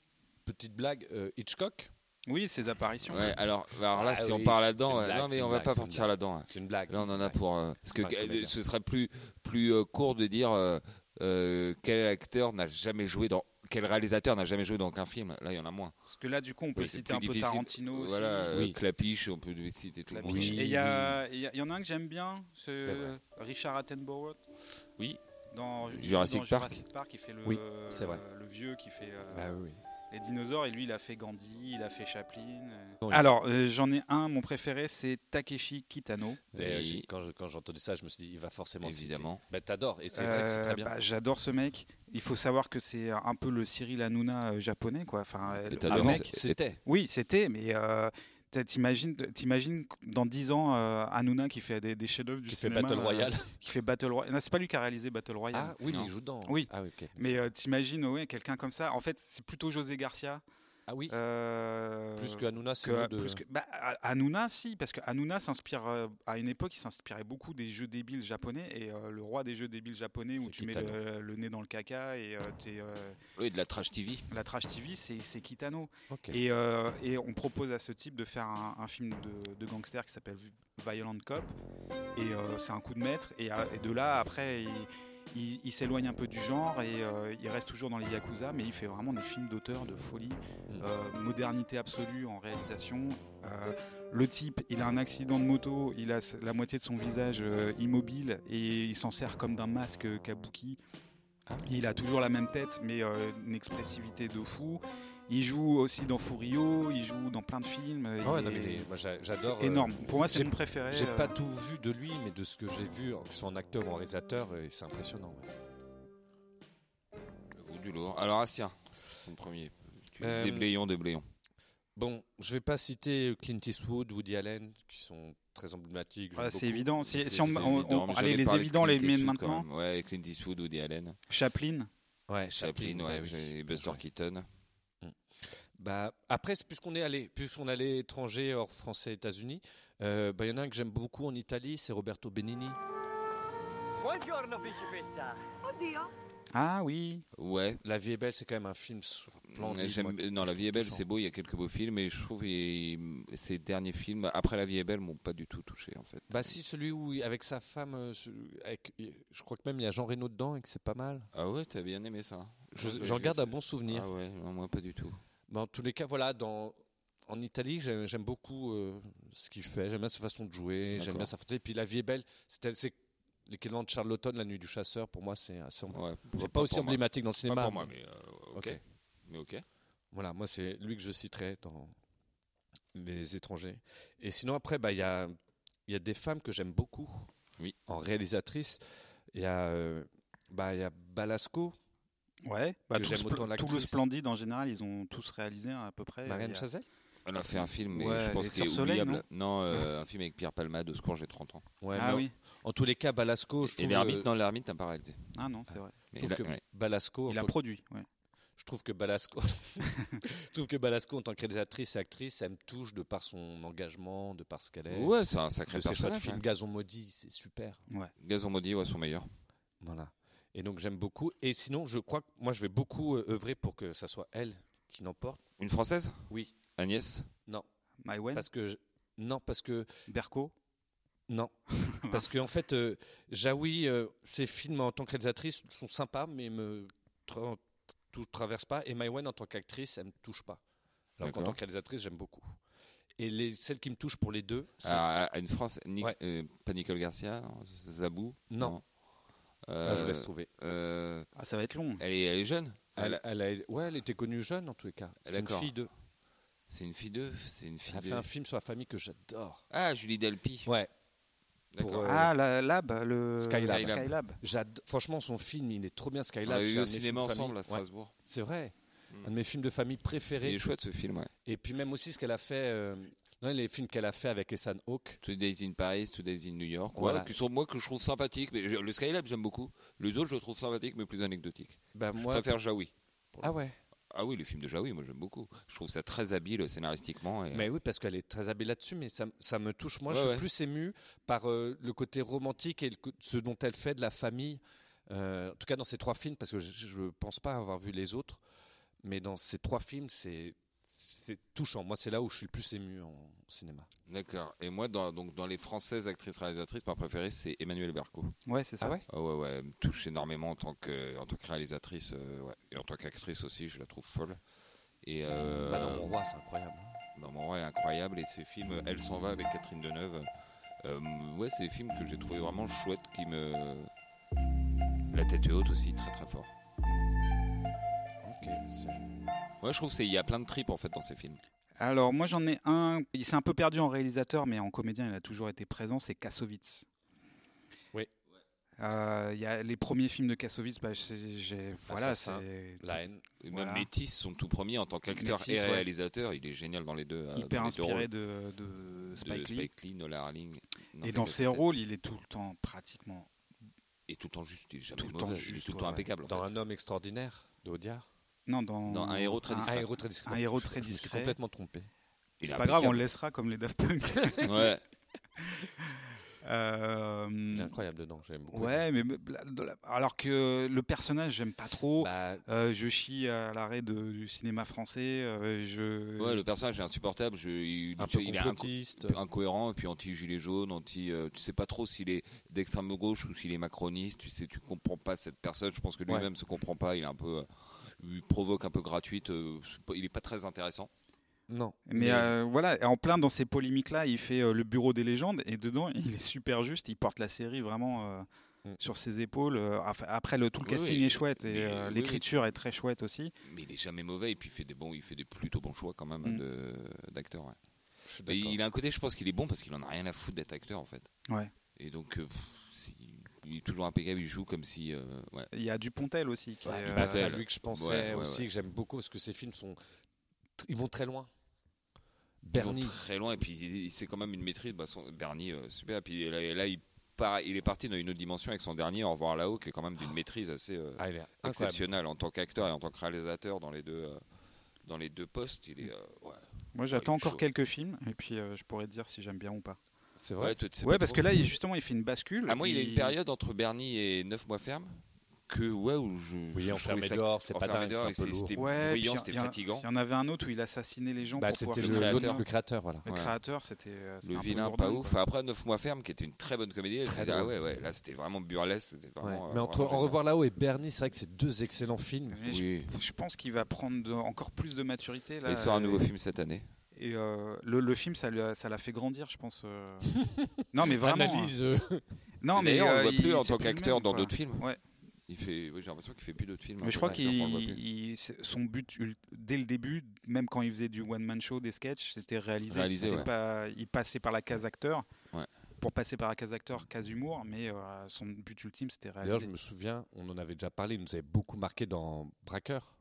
[SPEAKER 3] petite blague, euh, Hitchcock.
[SPEAKER 4] Oui, ses apparitions.
[SPEAKER 5] Ouais, alors, bah, alors là,
[SPEAKER 3] Ah
[SPEAKER 5] si
[SPEAKER 3] oui,
[SPEAKER 5] on part
[SPEAKER 3] c'est- c'est
[SPEAKER 5] là-dedans,
[SPEAKER 3] une
[SPEAKER 5] euh,
[SPEAKER 3] blague,
[SPEAKER 5] non, mais
[SPEAKER 3] c'est
[SPEAKER 5] on
[SPEAKER 3] une
[SPEAKER 5] va
[SPEAKER 3] blague,
[SPEAKER 5] pas
[SPEAKER 3] c'est une
[SPEAKER 5] partir là-dedans. hein.
[SPEAKER 3] C'est une blague.
[SPEAKER 5] Là, on en a
[SPEAKER 3] Ouais.
[SPEAKER 5] pour. euh, parce que
[SPEAKER 3] pas un
[SPEAKER 5] euh,
[SPEAKER 3] comédien.
[SPEAKER 5] ce serait plus, plus euh, court de dire euh, euh, quel acteur n'a jamais joué dans. Quel réalisateur n'a jamais joué dans aucun film Là, il y en a moins.
[SPEAKER 4] Parce que là, du coup, on peut
[SPEAKER 5] Oui, c'est
[SPEAKER 4] citer un
[SPEAKER 5] plus
[SPEAKER 4] peu
[SPEAKER 5] difficile.
[SPEAKER 4] Tarantino aussi.
[SPEAKER 5] Voilà, euh,
[SPEAKER 3] Oui.
[SPEAKER 5] Clapiche, on peut citer tout le monde.
[SPEAKER 4] Clapiche.
[SPEAKER 3] Oui,
[SPEAKER 4] et il y, a- il y a- il y en a un que j'aime bien, c'est
[SPEAKER 3] C'est vrai.
[SPEAKER 4] Richard Attenborough.
[SPEAKER 5] Oui.
[SPEAKER 4] Dans il joue
[SPEAKER 5] Jurassic
[SPEAKER 4] dans
[SPEAKER 5] Park.
[SPEAKER 4] Jurassic Park, il fait le,
[SPEAKER 3] Oui, c'est vrai.
[SPEAKER 4] le vieux qui fait euh,
[SPEAKER 3] Bah, oui, oui.
[SPEAKER 4] les dinosaures et lui il a fait Gandhi, il a fait Chaplin. euh.
[SPEAKER 3] Oui.
[SPEAKER 4] Alors euh, j'en ai un, mon préféré c'est Takeshi Kitano.
[SPEAKER 3] Mais, euh,
[SPEAKER 5] Oui.
[SPEAKER 3] j'ai- quand je- quand j'entendais ça, je me suis dit, il va forcément. le citer.
[SPEAKER 5] Évidemment.
[SPEAKER 3] Bah, t'adores, et c'est vrai que c'est
[SPEAKER 4] Euh,
[SPEAKER 3] très bien.
[SPEAKER 4] bah, J'adore ce mec. Il faut savoir que c'est un peu le Cyril Hanouna euh, japonais quoi. Enfin, euh,
[SPEAKER 5] Et
[SPEAKER 4] le
[SPEAKER 5] t'adores,
[SPEAKER 3] Avant,
[SPEAKER 5] mec,
[SPEAKER 4] mec,
[SPEAKER 5] c'est-
[SPEAKER 3] c'était.
[SPEAKER 4] Oui, c'était, mais euh, t'as- t'imagines, t'imagines dans 10 ans euh, Hanouna qui fait des, des chefs-d'œuvre du
[SPEAKER 3] Qui fait
[SPEAKER 4] cinéma.
[SPEAKER 3] Battle
[SPEAKER 4] euh,
[SPEAKER 3] Royale.
[SPEAKER 4] Qui fait Battle Royale. Non, c'est pas lui qui a réalisé Battle Royale.
[SPEAKER 3] Ah, oui, mais
[SPEAKER 5] Non.
[SPEAKER 3] il joue dans.
[SPEAKER 4] Oui.
[SPEAKER 3] Ah, ok.
[SPEAKER 4] mais euh, t'imagines, ouais, quelqu'un comme ça. En fait, c'est plutôt José Garcia.
[SPEAKER 3] Ah, oui.
[SPEAKER 4] euh,
[SPEAKER 3] Plus que Hanouna, c'est
[SPEAKER 4] que-
[SPEAKER 3] le nom de.
[SPEAKER 4] plus que- bah, Ha- Hanouna, si, parce que Hanouna s'inspire euh, à une époque, il s'inspirait beaucoup des jeux débiles japonais et euh, le roi des jeux débiles japonais où
[SPEAKER 3] C'est
[SPEAKER 4] tu mets le, le nez dans le caca et euh, t'es, euh,
[SPEAKER 5] Oui, de la trash TV.
[SPEAKER 4] la trash TV, c'est c'est Kitano.
[SPEAKER 3] Ok.
[SPEAKER 4] Et, euh, et on propose à ce type de faire un, un film de, de gangster qui s'appelle Violent Cop. Et euh, c'est un coup de maître. Et, euh, et de là, après, il, il- il s'éloigne un peu du genre et euh, il reste toujours dans les Yakuza, mais il fait vraiment des films d'auteur de folie, euh, modernité absolue en réalisation. Euh, le type, il a un accident de moto, il a s- la moitié de son visage euh, immobile et il s'en sert comme d'un masque euh, kabuki.
[SPEAKER 3] Ah oui.
[SPEAKER 4] Il a toujours la même tête, mais euh, une expressivité de fou. Il joue aussi dans Furio, il joue dans plein de films.
[SPEAKER 3] Ah ouais,
[SPEAKER 4] il
[SPEAKER 3] non, mais
[SPEAKER 4] est-
[SPEAKER 3] les- moi, j'a-
[SPEAKER 4] c'est
[SPEAKER 3] j'adore. euh,
[SPEAKER 4] énorme. Pour moi, c'est
[SPEAKER 3] j'ai-
[SPEAKER 4] mon préféré.
[SPEAKER 3] J'ai
[SPEAKER 4] euh,
[SPEAKER 3] pas tout vu de lui, mais de ce que j'ai vu, que ce soit en acteur ou en réalisateur, et c'est impressionnant. ouais.
[SPEAKER 5] Le goût du lourd. Alors, Assia, son premier.
[SPEAKER 3] Euh,
[SPEAKER 5] Des bléons, des bléons.
[SPEAKER 3] Bon, je vais pas citer Clint Eastwood, Woody Allen, qui sont très emblématiques. j'aime
[SPEAKER 4] voilà, c'est
[SPEAKER 3] beaucoup.
[SPEAKER 4] évident. Si,
[SPEAKER 5] C'est-
[SPEAKER 4] si on,
[SPEAKER 5] c'est
[SPEAKER 4] on-
[SPEAKER 5] évident,
[SPEAKER 4] on-
[SPEAKER 5] mais
[SPEAKER 4] allez,
[SPEAKER 5] j'allais
[SPEAKER 4] les
[SPEAKER 5] parler de
[SPEAKER 4] évidents, les
[SPEAKER 5] Clint
[SPEAKER 4] miens
[SPEAKER 5] Eastwood
[SPEAKER 4] maintenant.
[SPEAKER 5] quand même. Ouais, Clint Eastwood, Woody Allen,
[SPEAKER 4] Chaplin.
[SPEAKER 3] Ouais, Chaplin.
[SPEAKER 5] Chaplin,
[SPEAKER 3] bah
[SPEAKER 5] ouais,
[SPEAKER 3] oui.
[SPEAKER 5] et Buster Keaton.
[SPEAKER 3] Bah, après, c'est- puisqu'on est allé, puisqu'on est allé étranger, hors français, États-Unis, euh, bah, il y en a un que j'aime beaucoup en Italie, c'est Roberto Benigni.
[SPEAKER 1] Buongiorno, principessa.
[SPEAKER 10] Oddio.
[SPEAKER 4] Ah oui.
[SPEAKER 5] Ouais.
[SPEAKER 3] La vie est belle, c'est quand même un film sur plan
[SPEAKER 5] Mais
[SPEAKER 3] de-
[SPEAKER 5] j'aime-
[SPEAKER 3] moi,
[SPEAKER 5] euh, non,
[SPEAKER 3] je
[SPEAKER 5] La vie est
[SPEAKER 3] trouve
[SPEAKER 5] belle, c'est beau, il y a quelques beaux films, mais je trouve que ces derniers films, après La vie est belle, m'ont pas du tout touché en fait.
[SPEAKER 3] Bah si, celui où, avec sa femme, euh, ce- avec- je crois que même il y a Jean Reno dedans et que c'est pas mal.
[SPEAKER 5] Ah ouais, t'as bien aimé ça
[SPEAKER 3] Je,
[SPEAKER 5] Ouais, bah,
[SPEAKER 3] j'en garde
[SPEAKER 5] sais.
[SPEAKER 3] un bon souvenir.
[SPEAKER 5] Ah ouais, non, moi pas du tout.
[SPEAKER 3] Mais Ben, en tous les cas, voilà, dans, en Italie, j'aime, j'aime beaucoup euh, ce qu'il fait. J'aime bien sa façon de jouer. J'aime
[SPEAKER 5] D'accord.
[SPEAKER 3] bien sa façon. Et puis La vie est belle. C'était, c'est l'équivalent de Charlotte, La nuit du chasseur. Pour moi, c'est assez emblématique.
[SPEAKER 5] Ouais,
[SPEAKER 3] C'est
[SPEAKER 5] pour-
[SPEAKER 3] pas aussi
[SPEAKER 5] pour moi.
[SPEAKER 3] emblématique dans le
[SPEAKER 5] Pas
[SPEAKER 3] cinéma.
[SPEAKER 5] pour moi, mais euh, ok.
[SPEAKER 3] Ok.
[SPEAKER 5] Mais ok.
[SPEAKER 3] Voilà, moi, c'est lui que je citerai dans Les étrangers. Et sinon, après, bah, il y, a, il y a des femmes que j'aime beaucoup
[SPEAKER 5] Oui.
[SPEAKER 3] en réalisatrice. Il y a, euh, bah, il y a Balasco.
[SPEAKER 4] Ouais, bah,
[SPEAKER 3] Que
[SPEAKER 4] tout, le
[SPEAKER 3] j'aime
[SPEAKER 4] Spl-
[SPEAKER 3] autant l'actrice.
[SPEAKER 4] tout le Splendide en général, ils ont tous réalisé hein, à peu près.
[SPEAKER 3] Marianne
[SPEAKER 4] Il y a-
[SPEAKER 3] Chazelle
[SPEAKER 5] Elle a fait un film, mais
[SPEAKER 4] Ouais,
[SPEAKER 5] je pense
[SPEAKER 4] Les
[SPEAKER 5] qu'il est
[SPEAKER 4] Sœurs Soleil,
[SPEAKER 5] oubliable. Non, euh, un film avec Pierre Palmade, au secours, j'ai 30 ans.
[SPEAKER 3] Ouais,
[SPEAKER 4] Ah
[SPEAKER 3] mais
[SPEAKER 4] oui,
[SPEAKER 3] En tous les cas, Balasco, je
[SPEAKER 5] Et
[SPEAKER 3] trouve,
[SPEAKER 5] l'ermite,
[SPEAKER 3] euh,
[SPEAKER 5] non, l'ermite n'a pas réalisé.
[SPEAKER 4] ah non, c'est vrai.
[SPEAKER 3] je
[SPEAKER 5] Mais
[SPEAKER 3] trouve
[SPEAKER 5] là,
[SPEAKER 3] que
[SPEAKER 5] ouais.
[SPEAKER 3] Balasco, en
[SPEAKER 4] Il a
[SPEAKER 3] tant-
[SPEAKER 4] produit, ouais.
[SPEAKER 3] je trouve que Balasco, <laughs> je trouve que Balasco en tant que réalisatrice et actrice, elle me touche de par son engagement, de par ce qu'elle est.
[SPEAKER 5] Ouais, c'est un sacré
[SPEAKER 3] euh, de ses choix de
[SPEAKER 5] personnage.
[SPEAKER 3] film
[SPEAKER 5] hein.
[SPEAKER 3] Gazon maudit, c'est super.
[SPEAKER 5] Gazon maudit, ouais, son meilleur.
[SPEAKER 3] Voilà. Et donc j'aime beaucoup. Et sinon, je crois que moi, je vais beaucoup euh, œuvrer pour que ça soit elle qui l'emporte.
[SPEAKER 5] Une française
[SPEAKER 3] Oui.
[SPEAKER 5] Agnès
[SPEAKER 4] Maïwen,
[SPEAKER 3] Parce que je- non, parce que
[SPEAKER 4] Berco,
[SPEAKER 5] <laughs>
[SPEAKER 3] non, parce que en fait, euh, Jaoui, euh, ses films en tant que réalisatrice sont sympas, mais me tra- tou- traversent pas. Et Maïwen en tant qu'actrice, elle me touche pas. Alors qu'en
[SPEAKER 5] D'accord.
[SPEAKER 3] tant que réalisatrice, j'aime beaucoup. Et les, celle qui me touche pour les deux, c'est
[SPEAKER 5] Ah, à- à Une France, Nic-
[SPEAKER 3] Ouais.
[SPEAKER 5] euh, pas Nicole Garcia, non, Zabou
[SPEAKER 3] Non.
[SPEAKER 5] Euh,
[SPEAKER 3] Ah, je laisse trouver.
[SPEAKER 5] euh,
[SPEAKER 4] ah, ça va être long.
[SPEAKER 5] elle, est, elle est jeune.
[SPEAKER 3] Elle,
[SPEAKER 5] Elle- Ah,
[SPEAKER 3] elle a- ouais, elle était connue jeune en tous les cas. C'est une
[SPEAKER 5] D'accord.
[SPEAKER 3] fille de.
[SPEAKER 5] C'est une fille d'eux. C'est une fille
[SPEAKER 3] Elle a fait
[SPEAKER 5] de-
[SPEAKER 3] un film sur la famille que j'adore.
[SPEAKER 5] Ah, Julie Delpy.
[SPEAKER 3] Ouais.
[SPEAKER 5] D'accord.
[SPEAKER 3] pour, euh,
[SPEAKER 4] Ah, la Lab, le
[SPEAKER 3] Skylab.
[SPEAKER 4] Skylab.
[SPEAKER 3] J'ado- Franchement, son film, il est trop bien.
[SPEAKER 5] on
[SPEAKER 3] Skylab.
[SPEAKER 5] a
[SPEAKER 3] c'est un
[SPEAKER 5] eu au
[SPEAKER 3] de mes
[SPEAKER 5] cinéma
[SPEAKER 3] films de famille.
[SPEAKER 5] ensemble à
[SPEAKER 3] Ouais,
[SPEAKER 5] Strasbourg.
[SPEAKER 3] c'est vrai.
[SPEAKER 5] Mm.
[SPEAKER 3] Un de mes films de famille
[SPEAKER 5] Il
[SPEAKER 3] préférés.
[SPEAKER 5] est chouette ce film, ouais.
[SPEAKER 3] Et puis même aussi ce qu'elle a fait, euh, non, les films qu'elle a fait avec Ethan Hawke.
[SPEAKER 5] Today's in Paris, Today's in New York.
[SPEAKER 3] Voilà.
[SPEAKER 5] Ouais, qui sont moi que je trouve sympathique. Mais je- le Skylab, j'aime beaucoup. Les autres, je le trouve sympathique, mais plus anecdotique.
[SPEAKER 3] Bah,
[SPEAKER 5] Je
[SPEAKER 3] moi,
[SPEAKER 5] préfère Jaoui.
[SPEAKER 3] ah ouais.
[SPEAKER 5] Ah oui, le film de Jaoui, moi j'aime beaucoup. Je trouve ça très habile scénaristiquement. Et...
[SPEAKER 3] Mais oui, parce qu'elle est très habile là-dessus, mais ça, ça me touche. Moi,
[SPEAKER 5] Ouais,
[SPEAKER 3] je suis
[SPEAKER 5] ouais.
[SPEAKER 3] plus ému par euh, le côté romantique et le co- ce dont elle fait de la famille. Euh, en tout cas, dans ces trois films, parce que je ne pense pas avoir vu les autres, mais dans ces trois films, c'est c'est touchant. Moi, c'est là où je suis plus ému en cinéma.
[SPEAKER 5] D'accord. Et moi, dans, donc, dans les françaises actrices réalisatrices, ma préférée, c'est Emmanuelle Berco.
[SPEAKER 4] Ouais, c'est ça.
[SPEAKER 3] Ah ouais
[SPEAKER 5] Ah ouais, ouais, elle me touche énormément en tant que, en tant que réalisatrice euh, ouais. et en tant qu'actrice aussi, je la trouve folle. Et euh,
[SPEAKER 3] Bah, dans Mon Roi, c'est incroyable.
[SPEAKER 5] dans Mon Roi, elle est incroyable. Et ces films, euh, Elle s'en va avec Catherine Deneuve. Euh, ouais, c'est des films que j'ai trouvé vraiment chouettes qui me. La tête est haute aussi, très très fort. Moi, je trouve qu'il y a plein de tripes en fait dans ces films.
[SPEAKER 4] Alors, moi, j'en ai un. Il s'est un peu perdu en réalisateur, mais en comédien, il a toujours été présent. C'est Kassovitz.
[SPEAKER 3] Oui.
[SPEAKER 4] Euh, Il y a les premiers films de Kassovitz. Bah, c'est- j'ai- voilà,
[SPEAKER 3] Assassin.
[SPEAKER 4] c'est
[SPEAKER 3] La haine.
[SPEAKER 5] Et même
[SPEAKER 4] Voilà.
[SPEAKER 5] Métis, son tout premier en tant qu'acteur
[SPEAKER 4] Métis,
[SPEAKER 5] et
[SPEAKER 4] ouais.
[SPEAKER 5] réalisateur, il est génial dans les deux. euh, dans
[SPEAKER 4] hyper
[SPEAKER 5] les deux rôles.
[SPEAKER 4] inspiré de, de
[SPEAKER 5] de
[SPEAKER 4] Spike Lee.
[SPEAKER 5] Spike Lee, Nola Harling.
[SPEAKER 4] Et dans ses rôles, il est tout le temps pratiquement.
[SPEAKER 5] Et tout le temps juste, il est jamais
[SPEAKER 4] Tout le
[SPEAKER 5] mauvais,
[SPEAKER 4] temps
[SPEAKER 5] il est
[SPEAKER 4] juste,
[SPEAKER 5] tout le
[SPEAKER 4] ouais,
[SPEAKER 5] temps
[SPEAKER 4] ouais.
[SPEAKER 5] impeccable. en
[SPEAKER 3] Dans
[SPEAKER 5] fait.
[SPEAKER 3] Un homme extraordinaire de Audiard.
[SPEAKER 4] Non, dans,
[SPEAKER 5] Dans Un héros très
[SPEAKER 4] Ah,
[SPEAKER 3] Un
[SPEAKER 5] discret.
[SPEAKER 3] héros très discret.
[SPEAKER 4] Un héros très
[SPEAKER 3] Je me suis
[SPEAKER 4] discret.
[SPEAKER 3] complètement trompé.
[SPEAKER 5] Il est
[SPEAKER 4] C'est pas grave, on
[SPEAKER 5] impeccable.
[SPEAKER 4] le laissera comme les Daft Punk.
[SPEAKER 5] Ouais.
[SPEAKER 4] Euh,
[SPEAKER 3] Il est incroyable dedans. J'aime beaucoup.
[SPEAKER 4] ouais, mais me- la- de la- alors que le personnage, j'aime pas trop.
[SPEAKER 3] Bah,
[SPEAKER 4] Euh, je chie à l'arrêt de- du cinéma français. euh, <laughs> je...
[SPEAKER 5] Ouais, le personnage est insupportable. je- il,
[SPEAKER 3] un
[SPEAKER 5] tu-
[SPEAKER 3] peu
[SPEAKER 5] il est inco-
[SPEAKER 3] complotiste.
[SPEAKER 5] incohérent, et puis anti-gilet jaune, anti. euh, tu sais pas trop s'il est d'extrême gauche ou s'il est macroniste. Tu sais, tu comprends pas cette personne. Je pense que lui-même se comprend pas. Il est un peu. euh, il provoque un peu gratuite. euh, c'est pas- il est pas très intéressant.
[SPEAKER 3] Non.
[SPEAKER 4] Mais euh, voilà, et en plein dans ces polémiques-là, il fait euh, le bureau des légendes et dedans, <laughs> il est super juste. Il porte la série vraiment euh,
[SPEAKER 3] Mm.
[SPEAKER 4] sur ses épaules. euh, enfin, après, le, tout le
[SPEAKER 5] Oui,
[SPEAKER 4] casting
[SPEAKER 5] oui.
[SPEAKER 4] est chouette et
[SPEAKER 5] Mais,
[SPEAKER 4] euh,
[SPEAKER 5] oui,
[SPEAKER 4] l'écriture est très chouette aussi.
[SPEAKER 5] Mais il est jamais mauvais. Et puis il fait des bons, il fait des plutôt bons choix quand même
[SPEAKER 4] Mm.
[SPEAKER 5] de d'acteur. ouais.
[SPEAKER 3] Je suis
[SPEAKER 5] Mais
[SPEAKER 3] d'accord.
[SPEAKER 5] il a un côté, je pense qu'il est bon parce qu'il en a rien à foutre d'être acteur en fait.
[SPEAKER 4] Ouais.
[SPEAKER 5] Et donc, euh, pff, c'est- il est toujours impeccable, il joue comme si. euh, ouais.
[SPEAKER 4] Il y a Dupontel aussi. qui
[SPEAKER 3] Ouais,
[SPEAKER 4] est,
[SPEAKER 3] bah,
[SPEAKER 4] euh,
[SPEAKER 3] c'est à
[SPEAKER 5] Belle.
[SPEAKER 3] lui que je pensais
[SPEAKER 5] Ouais, ouais,
[SPEAKER 3] aussi,
[SPEAKER 5] ouais.
[SPEAKER 3] que j'aime beaucoup, parce que ces films sont. tr- Ils vont très loin.
[SPEAKER 5] Ils vont
[SPEAKER 3] Bernie.
[SPEAKER 5] très loin, et puis il- il- c'est quand même une maîtrise. Bah, son, Bernie, euh, super. Et puis là, là, il, part, il est parti dans une autre dimension avec son dernier Au revoir là-haut, qui est quand même d'une maîtrise assez euh,
[SPEAKER 3] Ah, il est incroyable.
[SPEAKER 5] exceptionnelle en tant qu'acteur et en tant que réalisateur dans les deux. euh, dans les deux postes, il est. euh, ouais.
[SPEAKER 4] Moi, j'attends
[SPEAKER 5] Ouais,
[SPEAKER 4] encore
[SPEAKER 5] chaud.
[SPEAKER 4] quelques films et puis euh, je pourrais te dire si j'aime bien ou pas.
[SPEAKER 3] C'est
[SPEAKER 5] Ouais,
[SPEAKER 3] vrai.
[SPEAKER 5] toi, tu sais
[SPEAKER 4] Ouais,
[SPEAKER 5] pas
[SPEAKER 4] parce
[SPEAKER 5] trop.
[SPEAKER 4] que là, il- justement, il fait une bascule.
[SPEAKER 5] Ah, moi, il a une période entre Bernie et 9 mois ferme que, ouais, où je.
[SPEAKER 3] Oui,
[SPEAKER 5] je
[SPEAKER 3] enfermé
[SPEAKER 5] trouvais ça-
[SPEAKER 3] dehors, c'est pas
[SPEAKER 5] Enfermé
[SPEAKER 3] dingue, c'est
[SPEAKER 5] dehors,
[SPEAKER 3] un peu
[SPEAKER 5] et c'est-
[SPEAKER 3] lourd.
[SPEAKER 5] c'était
[SPEAKER 4] Ouais, puis
[SPEAKER 5] bruyant,
[SPEAKER 4] il y
[SPEAKER 5] c'était
[SPEAKER 4] en-
[SPEAKER 5] fatigant.
[SPEAKER 4] Il y en avait un autre où il assassinait les gens.
[SPEAKER 3] Bah,
[SPEAKER 4] pour pouvoir
[SPEAKER 3] c'était
[SPEAKER 4] faire
[SPEAKER 5] le
[SPEAKER 3] le,
[SPEAKER 5] créateur.
[SPEAKER 3] l'autre, le créateur, voilà.
[SPEAKER 4] Le
[SPEAKER 5] Ouais.
[SPEAKER 4] créateur, c'était. euh, c'était
[SPEAKER 5] Le
[SPEAKER 4] un peu
[SPEAKER 5] vilain
[SPEAKER 4] lourdin,
[SPEAKER 5] pas
[SPEAKER 4] quoi.
[SPEAKER 5] ouf. hein. Enfin, après, 9 mois ferme, qui était une très bonne comédie. elle
[SPEAKER 3] Très
[SPEAKER 5] se dit, ah
[SPEAKER 3] drôle.
[SPEAKER 5] ouais, ouais, là, c'était vraiment burlesque. C'était
[SPEAKER 3] Ouais.
[SPEAKER 5] vraiment, euh,
[SPEAKER 3] Mais entre
[SPEAKER 5] vraiment
[SPEAKER 3] Au revoir là-haut et Bernie, c'est vrai que c'est deux excellents films.
[SPEAKER 4] Mais
[SPEAKER 5] génial.
[SPEAKER 4] je-
[SPEAKER 5] Oui.
[SPEAKER 4] Je pense qu'il va prendre de- encore plus de maturité. Là, euh,
[SPEAKER 5] Il sort un nouveau
[SPEAKER 4] Et-
[SPEAKER 5] film cette année.
[SPEAKER 4] Et euh, le, le film, ça lui a- ça l'a fait grandir, je pense. euh.
[SPEAKER 3] <laughs>
[SPEAKER 4] non, mais vraiment.
[SPEAKER 3] Analyse. euh,
[SPEAKER 4] hein. Non, mais
[SPEAKER 5] D'ailleurs, on
[SPEAKER 4] euh,
[SPEAKER 5] le voit
[SPEAKER 4] il-
[SPEAKER 5] plus en
[SPEAKER 4] c'est
[SPEAKER 5] tant
[SPEAKER 4] le
[SPEAKER 5] qu'acteur
[SPEAKER 4] même,
[SPEAKER 5] dans
[SPEAKER 4] quoi.
[SPEAKER 5] d'autres films.
[SPEAKER 4] Ouais.
[SPEAKER 5] Il fait, oui, j'ai l'impression qu'il fait plus d'autres films.
[SPEAKER 4] Mais
[SPEAKER 5] hein,
[SPEAKER 4] je crois
[SPEAKER 5] comme acteur, on le voit plus.
[SPEAKER 4] qu'il, il- c'est- son but ul- dès le début, même quand il faisait du one man show, des sketchs, c'était réalisé.
[SPEAKER 5] Réalisé,
[SPEAKER 4] C'était
[SPEAKER 5] ouais.
[SPEAKER 4] pas- il passait par la case acteur
[SPEAKER 5] Ouais.
[SPEAKER 4] pour passer par un cas acteur, cas humour, mais euh, son but ultime c'était
[SPEAKER 3] D'ailleurs, je
[SPEAKER 4] réaliser
[SPEAKER 3] me souviens, on en avait déjà parlé, il nous avait beaucoup marqué dans Braqueur,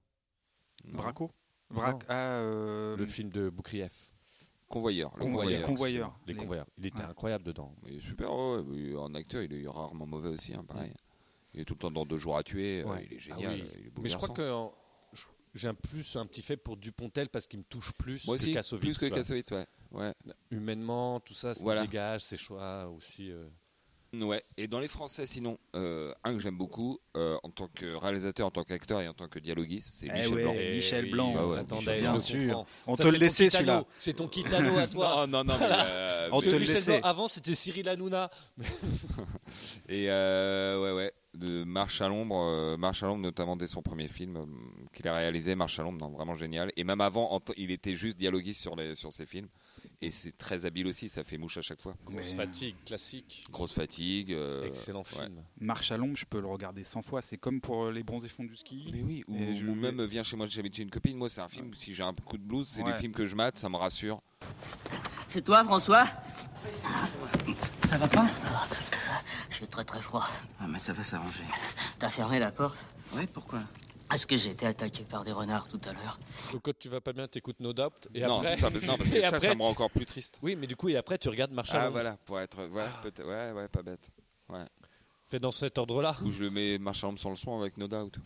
[SPEAKER 5] Non.
[SPEAKER 4] Braco.
[SPEAKER 3] Non.
[SPEAKER 4] Bra- ah, euh,
[SPEAKER 3] le film de Boukrieff.
[SPEAKER 5] Convoyeur. le convoyeur.
[SPEAKER 4] Convoyeur. Convoyeur.
[SPEAKER 3] excusez-moi, Les
[SPEAKER 4] Les-
[SPEAKER 3] convoyeurs. Il était
[SPEAKER 4] Ouais.
[SPEAKER 3] incroyable dedans.
[SPEAKER 5] Il est super, ouais, ouais, en acteur, il est rarement mauvais aussi, hein, pareil. Il est tout le temps dans Deux jours à tuer, euh,
[SPEAKER 3] Ouais.
[SPEAKER 5] il est
[SPEAKER 3] Ah
[SPEAKER 5] génial,
[SPEAKER 3] oui.
[SPEAKER 5] il est
[SPEAKER 3] Mais je crois
[SPEAKER 5] bouleversant.
[SPEAKER 3] que en- je- j'ai un plus un petit fait pour Dupontel parce qu'il me touche plus
[SPEAKER 5] Moi
[SPEAKER 3] que
[SPEAKER 5] aussi,
[SPEAKER 3] Kassovitz.
[SPEAKER 5] plus
[SPEAKER 3] tu
[SPEAKER 5] que
[SPEAKER 3] vois.
[SPEAKER 5] Kassovitz, ouais. ouais.
[SPEAKER 3] Humainement, tout ça, ce qu'il
[SPEAKER 5] Voilà.
[SPEAKER 3] dégage, ses choix aussi. euh,
[SPEAKER 5] Ouais. Et dans les Français, sinon, euh, un que j'aime beaucoup, euh, en tant que réalisateur, en tant qu'acteur et en tant que dialoguiste, c'est
[SPEAKER 4] Eh
[SPEAKER 5] Michel
[SPEAKER 4] ouais.
[SPEAKER 5] Blanc.
[SPEAKER 4] Et Michel
[SPEAKER 3] oui,
[SPEAKER 4] Blanc,
[SPEAKER 5] Ah ouais, Michel
[SPEAKER 3] attendez,
[SPEAKER 5] Blanc.
[SPEAKER 3] je
[SPEAKER 4] Bien sûr.
[SPEAKER 3] comprends.
[SPEAKER 4] On
[SPEAKER 3] Ça,
[SPEAKER 4] te
[SPEAKER 3] c'est
[SPEAKER 4] le
[SPEAKER 3] ton
[SPEAKER 4] laissait
[SPEAKER 3] Kitano.
[SPEAKER 4] celui-là.
[SPEAKER 3] C'est ton Kitano à
[SPEAKER 4] <laughs>
[SPEAKER 3] toi.
[SPEAKER 5] Non, non, non, mais, euh,
[SPEAKER 4] On
[SPEAKER 3] Parce
[SPEAKER 4] te
[SPEAKER 3] que
[SPEAKER 4] le
[SPEAKER 3] Michel
[SPEAKER 4] laissait.
[SPEAKER 3] Blanc, avant, c'était Cyril Hanouna.
[SPEAKER 5] Et euh, ouais, ouais, de Marche à l'ombre, euh, Marche à l'ombre notamment dès son premier film euh, qu'il a réalisé, Marche à l'ombre, non, vraiment génial. Et même avant, en t- il était juste dialoguiste sur, les, sur ses films. Et c'est très habile aussi, ça fait mouche à chaque fois.
[SPEAKER 3] Grosse
[SPEAKER 4] Mais-
[SPEAKER 3] fatigue, classique.
[SPEAKER 5] Grosse fatigue. euh,
[SPEAKER 3] Excellent
[SPEAKER 5] ouais.
[SPEAKER 3] film.
[SPEAKER 4] Marche à l'ombre, je peux le regarder 100 fois. C'est comme pour euh, les bronzés fonds du ski.
[SPEAKER 5] Mais oui, ou,
[SPEAKER 4] Et je-
[SPEAKER 5] ou même euh, Viens chez moi, j'ai chez une copine. Moi, c'est un film, où si j'ai un coup de blues, c'est
[SPEAKER 4] Ouais.
[SPEAKER 5] des films que je mate, ça me rassure.
[SPEAKER 11] C'est toi, François Ça va pas
[SPEAKER 6] J'ai très très froid.
[SPEAKER 11] Ah, mais ça va s'arranger.
[SPEAKER 6] T'as fermé la porte
[SPEAKER 11] Ouais, pourquoi
[SPEAKER 6] Est-ce que j'ai été attaqué par des renards tout à l'heure
[SPEAKER 3] Donc quand tu vas pas bien, t'écoutes No Doubt. Et
[SPEAKER 5] non,
[SPEAKER 3] après...
[SPEAKER 5] ça- non, parce
[SPEAKER 3] <laughs>
[SPEAKER 5] que
[SPEAKER 3] et
[SPEAKER 5] ça,
[SPEAKER 3] après,
[SPEAKER 5] ça me rend encore plus triste.
[SPEAKER 3] Oui, mais du coup, et après, tu regardes Marshall.
[SPEAKER 5] Ah, voilà, pour être. Ouais, peut-être- ouais, ouais, pas bête.
[SPEAKER 3] Fait dans cet ordre-là.
[SPEAKER 5] Ou je le mets Marche à l'ombre sans le son avec No Doubt.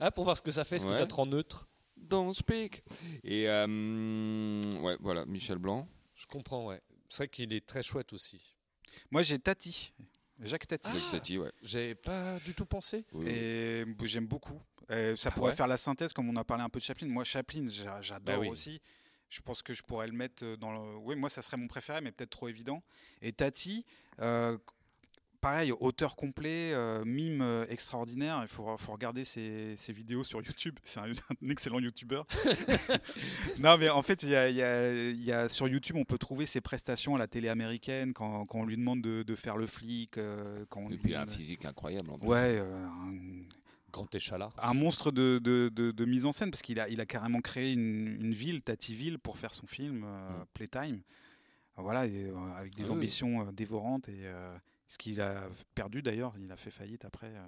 [SPEAKER 3] Ah, pour voir ce que ça fait, est-ce que
[SPEAKER 5] Ouais.
[SPEAKER 3] ça te rend neutre
[SPEAKER 5] Don't speak. Et euh, ouais, voilà, Michel Blanc.
[SPEAKER 3] Je comprends, ouais. C'est vrai qu'il est très chouette aussi.
[SPEAKER 4] Moi j'ai Tati, Jacques Tati.
[SPEAKER 5] Jacques Tati, ouais.
[SPEAKER 3] J'avais pas du tout pensé.
[SPEAKER 5] Oui, oui.
[SPEAKER 4] Ah. Et b- j'aime beaucoup. Euh, ça
[SPEAKER 3] Ah
[SPEAKER 4] pourrait
[SPEAKER 3] ouais
[SPEAKER 4] faire la synthèse, comme on a parlé un peu de Chaplin. Moi, Chaplin, j'a- j'adore
[SPEAKER 3] Bah oui.
[SPEAKER 4] aussi. Je pense que je pourrais le mettre euh, dans le. Oui, moi, ça serait mon préféré, mais peut-être trop évident. Et Tati, euh, pareil, auteur complet, euh, mime euh, extraordinaire. Il faut, faut regarder ses, ses vidéos sur YouTube. <laughs> C'est un, un excellent YouTuber. <laughs> non, mais en fait, il y a- il y a- il y a- sur YouTube, on peut trouver ses prestations à la télé américaine quand, quand on lui demande de, de faire le flic. euh, quand on
[SPEAKER 5] Et
[SPEAKER 4] lui
[SPEAKER 5] puis il a un
[SPEAKER 4] demande-
[SPEAKER 5] physique incroyable. En plus.
[SPEAKER 4] Ouais, euh, un-
[SPEAKER 3] Grand échalas.
[SPEAKER 4] un monstre de, de- de- de mise en scène parce qu'il a, il a carrément créé une, une ville, Tativille, pour faire son film euh, Playtime. Voilà, et, euh, avec des
[SPEAKER 5] Ah oui.
[SPEAKER 4] ambitions euh, dévorantes et euh, ce qu'il a perdu d'ailleurs, il a fait faillite après euh,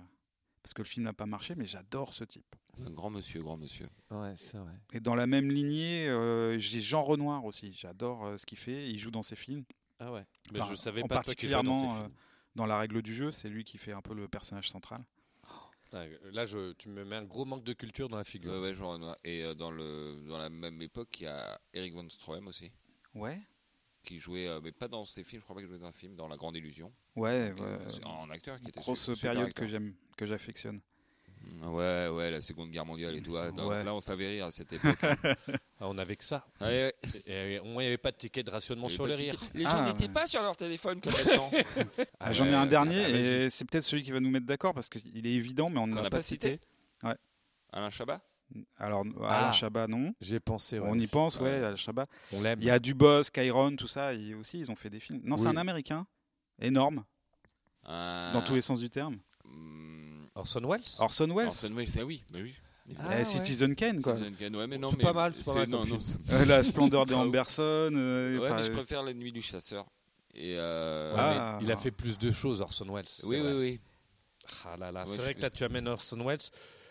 [SPEAKER 4] parce que le film n'a pas marché. Mais j'adore ce type.
[SPEAKER 5] Un grand monsieur, grand monsieur.
[SPEAKER 3] Ouais, c'est vrai.
[SPEAKER 4] Et dans la même lignée, euh, j'ai Jean Renoir aussi. J'adore euh, ce qu'il fait. Il joue dans ses films.
[SPEAKER 3] Ah ouais. Mais
[SPEAKER 4] Enfin,
[SPEAKER 3] je savais
[SPEAKER 4] en
[SPEAKER 3] pas toi, qu'il jouait dans ces
[SPEAKER 4] particulièrement, euh,
[SPEAKER 3] films.
[SPEAKER 4] Dans La règle du jeu, c'est lui qui fait un peu le personnage central.
[SPEAKER 3] Ouais, Là, je, tu me mets un gros manque de culture dans la figure.
[SPEAKER 5] Ouais, ouais, Jean Renoir. Et euh, dans, le, dans la même époque, il y a Eric von Stroheim aussi,
[SPEAKER 4] Ouais.
[SPEAKER 5] qui jouait, euh, mais pas dans ses films, je crois pas qu'il jouait dans un film, dans La Grande Illusion.
[SPEAKER 4] Ouais.
[SPEAKER 5] qui-
[SPEAKER 4] ouais.
[SPEAKER 5] c'est un acteur qui était
[SPEAKER 4] Grosse
[SPEAKER 5] su- super
[SPEAKER 4] période
[SPEAKER 5] acteur.
[SPEAKER 4] que j'aime, que j'affectionne.
[SPEAKER 5] Ouais, ouais, la Seconde Guerre mondiale et tout. Ah, dans-
[SPEAKER 4] Ouais.
[SPEAKER 5] Là, on savait rire à cette époque.
[SPEAKER 4] <laughs>
[SPEAKER 5] Ouais,
[SPEAKER 3] Ah, on avait que ça.
[SPEAKER 5] ouais.
[SPEAKER 3] Et, et on n'y avait pas de ticket de rationnement sur les
[SPEAKER 5] petits-
[SPEAKER 3] rires.
[SPEAKER 5] Les
[SPEAKER 4] Ah,
[SPEAKER 5] gens
[SPEAKER 4] ouais.
[SPEAKER 5] n'étaient pas sur leur téléphone comme
[SPEAKER 4] <laughs>
[SPEAKER 5] maintenant.
[SPEAKER 4] Ah, J'en ai un
[SPEAKER 5] Ouais,
[SPEAKER 4] dernier
[SPEAKER 5] bah, vas-y.
[SPEAKER 4] et c'est peut-être celui qui va nous mettre d'accord parce qu'il est évident, mais on ne
[SPEAKER 5] Qu'on
[SPEAKER 4] l'a
[SPEAKER 5] n'a
[SPEAKER 4] pas
[SPEAKER 5] pas
[SPEAKER 4] cité.
[SPEAKER 5] cité.
[SPEAKER 4] Ouais.
[SPEAKER 5] Alain Chabat
[SPEAKER 4] Alors,
[SPEAKER 3] Ah.
[SPEAKER 4] Alain Chabat, non.
[SPEAKER 3] J'ai pensé, ouais,
[SPEAKER 4] on
[SPEAKER 3] mais
[SPEAKER 4] y
[SPEAKER 3] c'est-
[SPEAKER 4] pense, ouais,
[SPEAKER 5] ouais.
[SPEAKER 4] Alain Chabat.
[SPEAKER 3] On l'aime.
[SPEAKER 4] Il y a Dubos, Kyron, tout ça, ils aussi, ils ont fait des films. Non, c'est
[SPEAKER 3] Oui.
[SPEAKER 4] un américain, énorme,
[SPEAKER 5] Ah.
[SPEAKER 4] dans tous les sens du terme.
[SPEAKER 5] Euh,
[SPEAKER 3] Orson Welles
[SPEAKER 4] Orson Welles,
[SPEAKER 5] Orson Welles, ah oui, bah oui.
[SPEAKER 3] Ah,
[SPEAKER 4] Oh, Eh,
[SPEAKER 3] ouais.
[SPEAKER 4] Citizen Kane, quoi.
[SPEAKER 5] Citizen Kane, ouais, mais non,
[SPEAKER 3] C'est
[SPEAKER 5] mais
[SPEAKER 3] pas mal, c'est pas mal
[SPEAKER 5] non,
[SPEAKER 3] comme
[SPEAKER 5] non,
[SPEAKER 4] Euh, <laughs> La splendeur des
[SPEAKER 5] Ah, oui.
[SPEAKER 4] Amberson. euh,
[SPEAKER 5] Ouais,
[SPEAKER 4] enfin,
[SPEAKER 5] mais je préfère La Nuit du Chasseur. Et euh,
[SPEAKER 3] Ouais, mais
[SPEAKER 4] Ah.
[SPEAKER 3] Il a fait plus de choses, Orson Welles. c'est
[SPEAKER 5] Oui,
[SPEAKER 3] vrai.
[SPEAKER 5] oui, oui.
[SPEAKER 3] Ah là là,
[SPEAKER 5] Ouais,
[SPEAKER 3] c'est
[SPEAKER 5] je-
[SPEAKER 3] vrai que là tu amènes Orson Welles.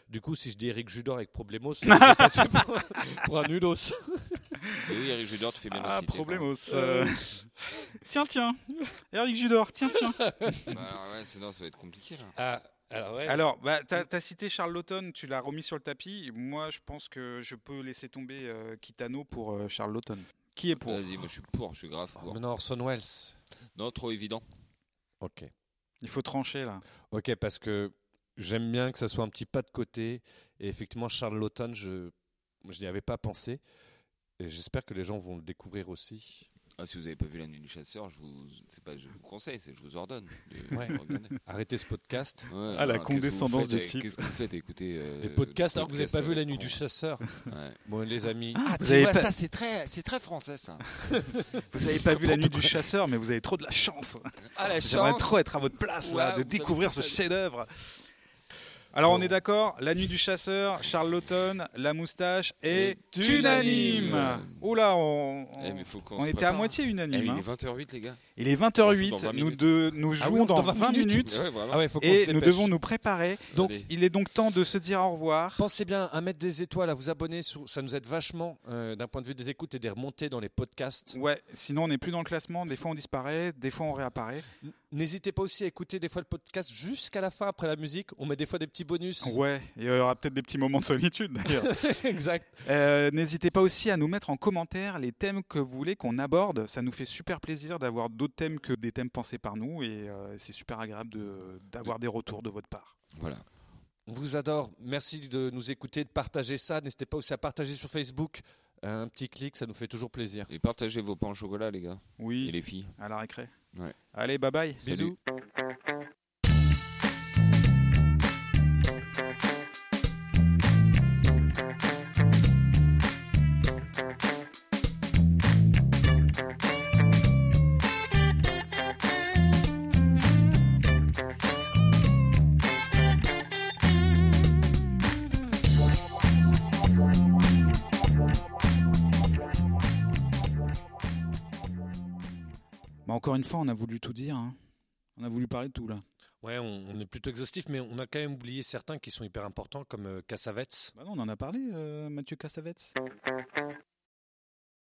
[SPEAKER 3] Du coup, si je dis Eric Judor avec Problemos, ça
[SPEAKER 4] <laughs>
[SPEAKER 3] va passer pour, pour un nulos.
[SPEAKER 5] Mais oui, Eric Judor, tu fais bien de le
[SPEAKER 4] Ah,
[SPEAKER 5] citer,
[SPEAKER 3] <laughs>
[SPEAKER 4] Problemos. euh. tiens, tiens. Eric Judor, tiens, tiens.
[SPEAKER 5] quand même. Bah, alors, ouais, sinon, ça va être compliqué, là.
[SPEAKER 3] Ah, alors ouais.
[SPEAKER 4] Alors, bah, t'as as cité Charlotten, tu l'as remis sur le tapis. Moi, je pense que je peux laisser tomber euh, Kitano pour euh, Charlotten. Qui est pour
[SPEAKER 5] Vas-y, moi, je suis pour, je suis grave
[SPEAKER 3] Oh,
[SPEAKER 5] pour.
[SPEAKER 3] mais non, Orson Welles.
[SPEAKER 5] Non, trop évident.
[SPEAKER 3] Ok.
[SPEAKER 4] Il faut trancher là.
[SPEAKER 3] Ok, parce que j'aime bien que ça soit un petit pas de côté. Et effectivement, Charlotten, je, je n'y avais pas pensé. Et j'espère que les gens vont le découvrir aussi.
[SPEAKER 5] Ah, si vous n'avez pas vu La Nuit du Chasseur, je vous, c'est pas, je vous conseille, c'est je vous ordonne. de-
[SPEAKER 3] Ouais.
[SPEAKER 5] de regarder.
[SPEAKER 3] <laughs> Arrêtez ce podcast.
[SPEAKER 5] Ouais,
[SPEAKER 4] Ah, la
[SPEAKER 5] alors, qu'est-ce que vous
[SPEAKER 4] condescendance
[SPEAKER 5] faites
[SPEAKER 4] du
[SPEAKER 5] avec-
[SPEAKER 4] type.
[SPEAKER 5] Qu'est-ce que vous faites écouter euh,
[SPEAKER 3] Des podcasts alors que vous n'avez pas vu
[SPEAKER 5] avec
[SPEAKER 3] La Nuit
[SPEAKER 5] con.
[SPEAKER 3] du Chasseur.
[SPEAKER 5] Ouais.
[SPEAKER 3] Bon, les
[SPEAKER 4] <laughs>
[SPEAKER 3] amis.
[SPEAKER 4] Ah,
[SPEAKER 5] Tu vois, ça, c'est très, c'est très français, ça.
[SPEAKER 4] vous avez pas vu la nuit du chasseur, mais vous avez trop de la chance.
[SPEAKER 5] Ah, la
[SPEAKER 4] J'aimerais
[SPEAKER 5] chance
[SPEAKER 4] trop être à votre place
[SPEAKER 5] Ouais,
[SPEAKER 4] là,
[SPEAKER 5] vous
[SPEAKER 4] de
[SPEAKER 5] avez
[SPEAKER 4] découvrir
[SPEAKER 5] tout
[SPEAKER 4] ce
[SPEAKER 5] ça.
[SPEAKER 4] chef-d'œuvre. Alors on est d'accord, La Nuit du Chasseur, Charles Laughton, La Moustache est
[SPEAKER 5] Est unanime.
[SPEAKER 4] unanime. Oula, on,
[SPEAKER 5] Eh, mais faut qu'on
[SPEAKER 4] on
[SPEAKER 5] se
[SPEAKER 4] était à
[SPEAKER 5] prépare.
[SPEAKER 4] moitié
[SPEAKER 5] Eh,
[SPEAKER 4] unanime.
[SPEAKER 5] mais
[SPEAKER 4] hein.
[SPEAKER 5] il est 20h08, les gars.
[SPEAKER 4] Il est
[SPEAKER 5] On joue dans
[SPEAKER 4] 20h08,
[SPEAKER 5] vingt
[SPEAKER 4] nous,
[SPEAKER 5] minutes.
[SPEAKER 4] deux, nous
[SPEAKER 5] Ah oui,
[SPEAKER 4] jouons
[SPEAKER 5] on joue
[SPEAKER 4] dans
[SPEAKER 5] dans
[SPEAKER 4] 20
[SPEAKER 5] vingt
[SPEAKER 4] minutes,
[SPEAKER 5] minutes. Ouais, vraiment.
[SPEAKER 3] Ah ouais, faut qu'on se
[SPEAKER 4] et nous
[SPEAKER 3] dépêche.
[SPEAKER 4] devons nous préparer.
[SPEAKER 3] Donc,
[SPEAKER 4] Il est donc temps de se dire au revoir.
[SPEAKER 3] Pensez bien à mettre des étoiles, à vous abonner, sur- ça nous aide vachement euh, d'un point de vue des écoutes et des remontées dans les podcasts.
[SPEAKER 4] Ouais, sinon on n'est plus dans le classement, des fois on disparaît, des fois on réapparaît.
[SPEAKER 3] N'hésitez pas aussi à écouter des fois le podcast jusqu'à la fin après la musique. On met des fois des petits bonus.
[SPEAKER 4] Ouais, il y aura peut-être des petits moments de solitude d'ailleurs.
[SPEAKER 3] <laughs> exact.
[SPEAKER 4] Euh, N'hésitez pas aussi à nous mettre en commentaire les thèmes que vous voulez qu'on aborde. Ça nous fait super plaisir d'avoir d'autres thèmes que des thèmes pensés par nous et euh, c'est super agréable de- d'avoir des retours de votre part.
[SPEAKER 5] Voilà.
[SPEAKER 3] On vous adore. Merci de nous écouter, de partager ça. N'hésitez pas aussi à partager sur Facebook. Euh, Un petit clic, ça nous fait toujours plaisir.
[SPEAKER 5] Et partagez vos pains au chocolat, les gars.
[SPEAKER 4] Oui.
[SPEAKER 5] Et les filles.
[SPEAKER 4] À la récré.
[SPEAKER 5] Ouais.
[SPEAKER 4] Allez, bye bye.
[SPEAKER 5] Salut. Bisous.
[SPEAKER 4] Bah, encore une fois, on a voulu tout dire. hein. On a voulu parler de tout là.
[SPEAKER 3] Ouais, on, on est plutôt exhaustif, mais on a quand même oublié certains qui sont hyper importants, comme euh, Cassavetes.
[SPEAKER 4] Bah non, on en a parlé, euh, Mathieu Cassavetes.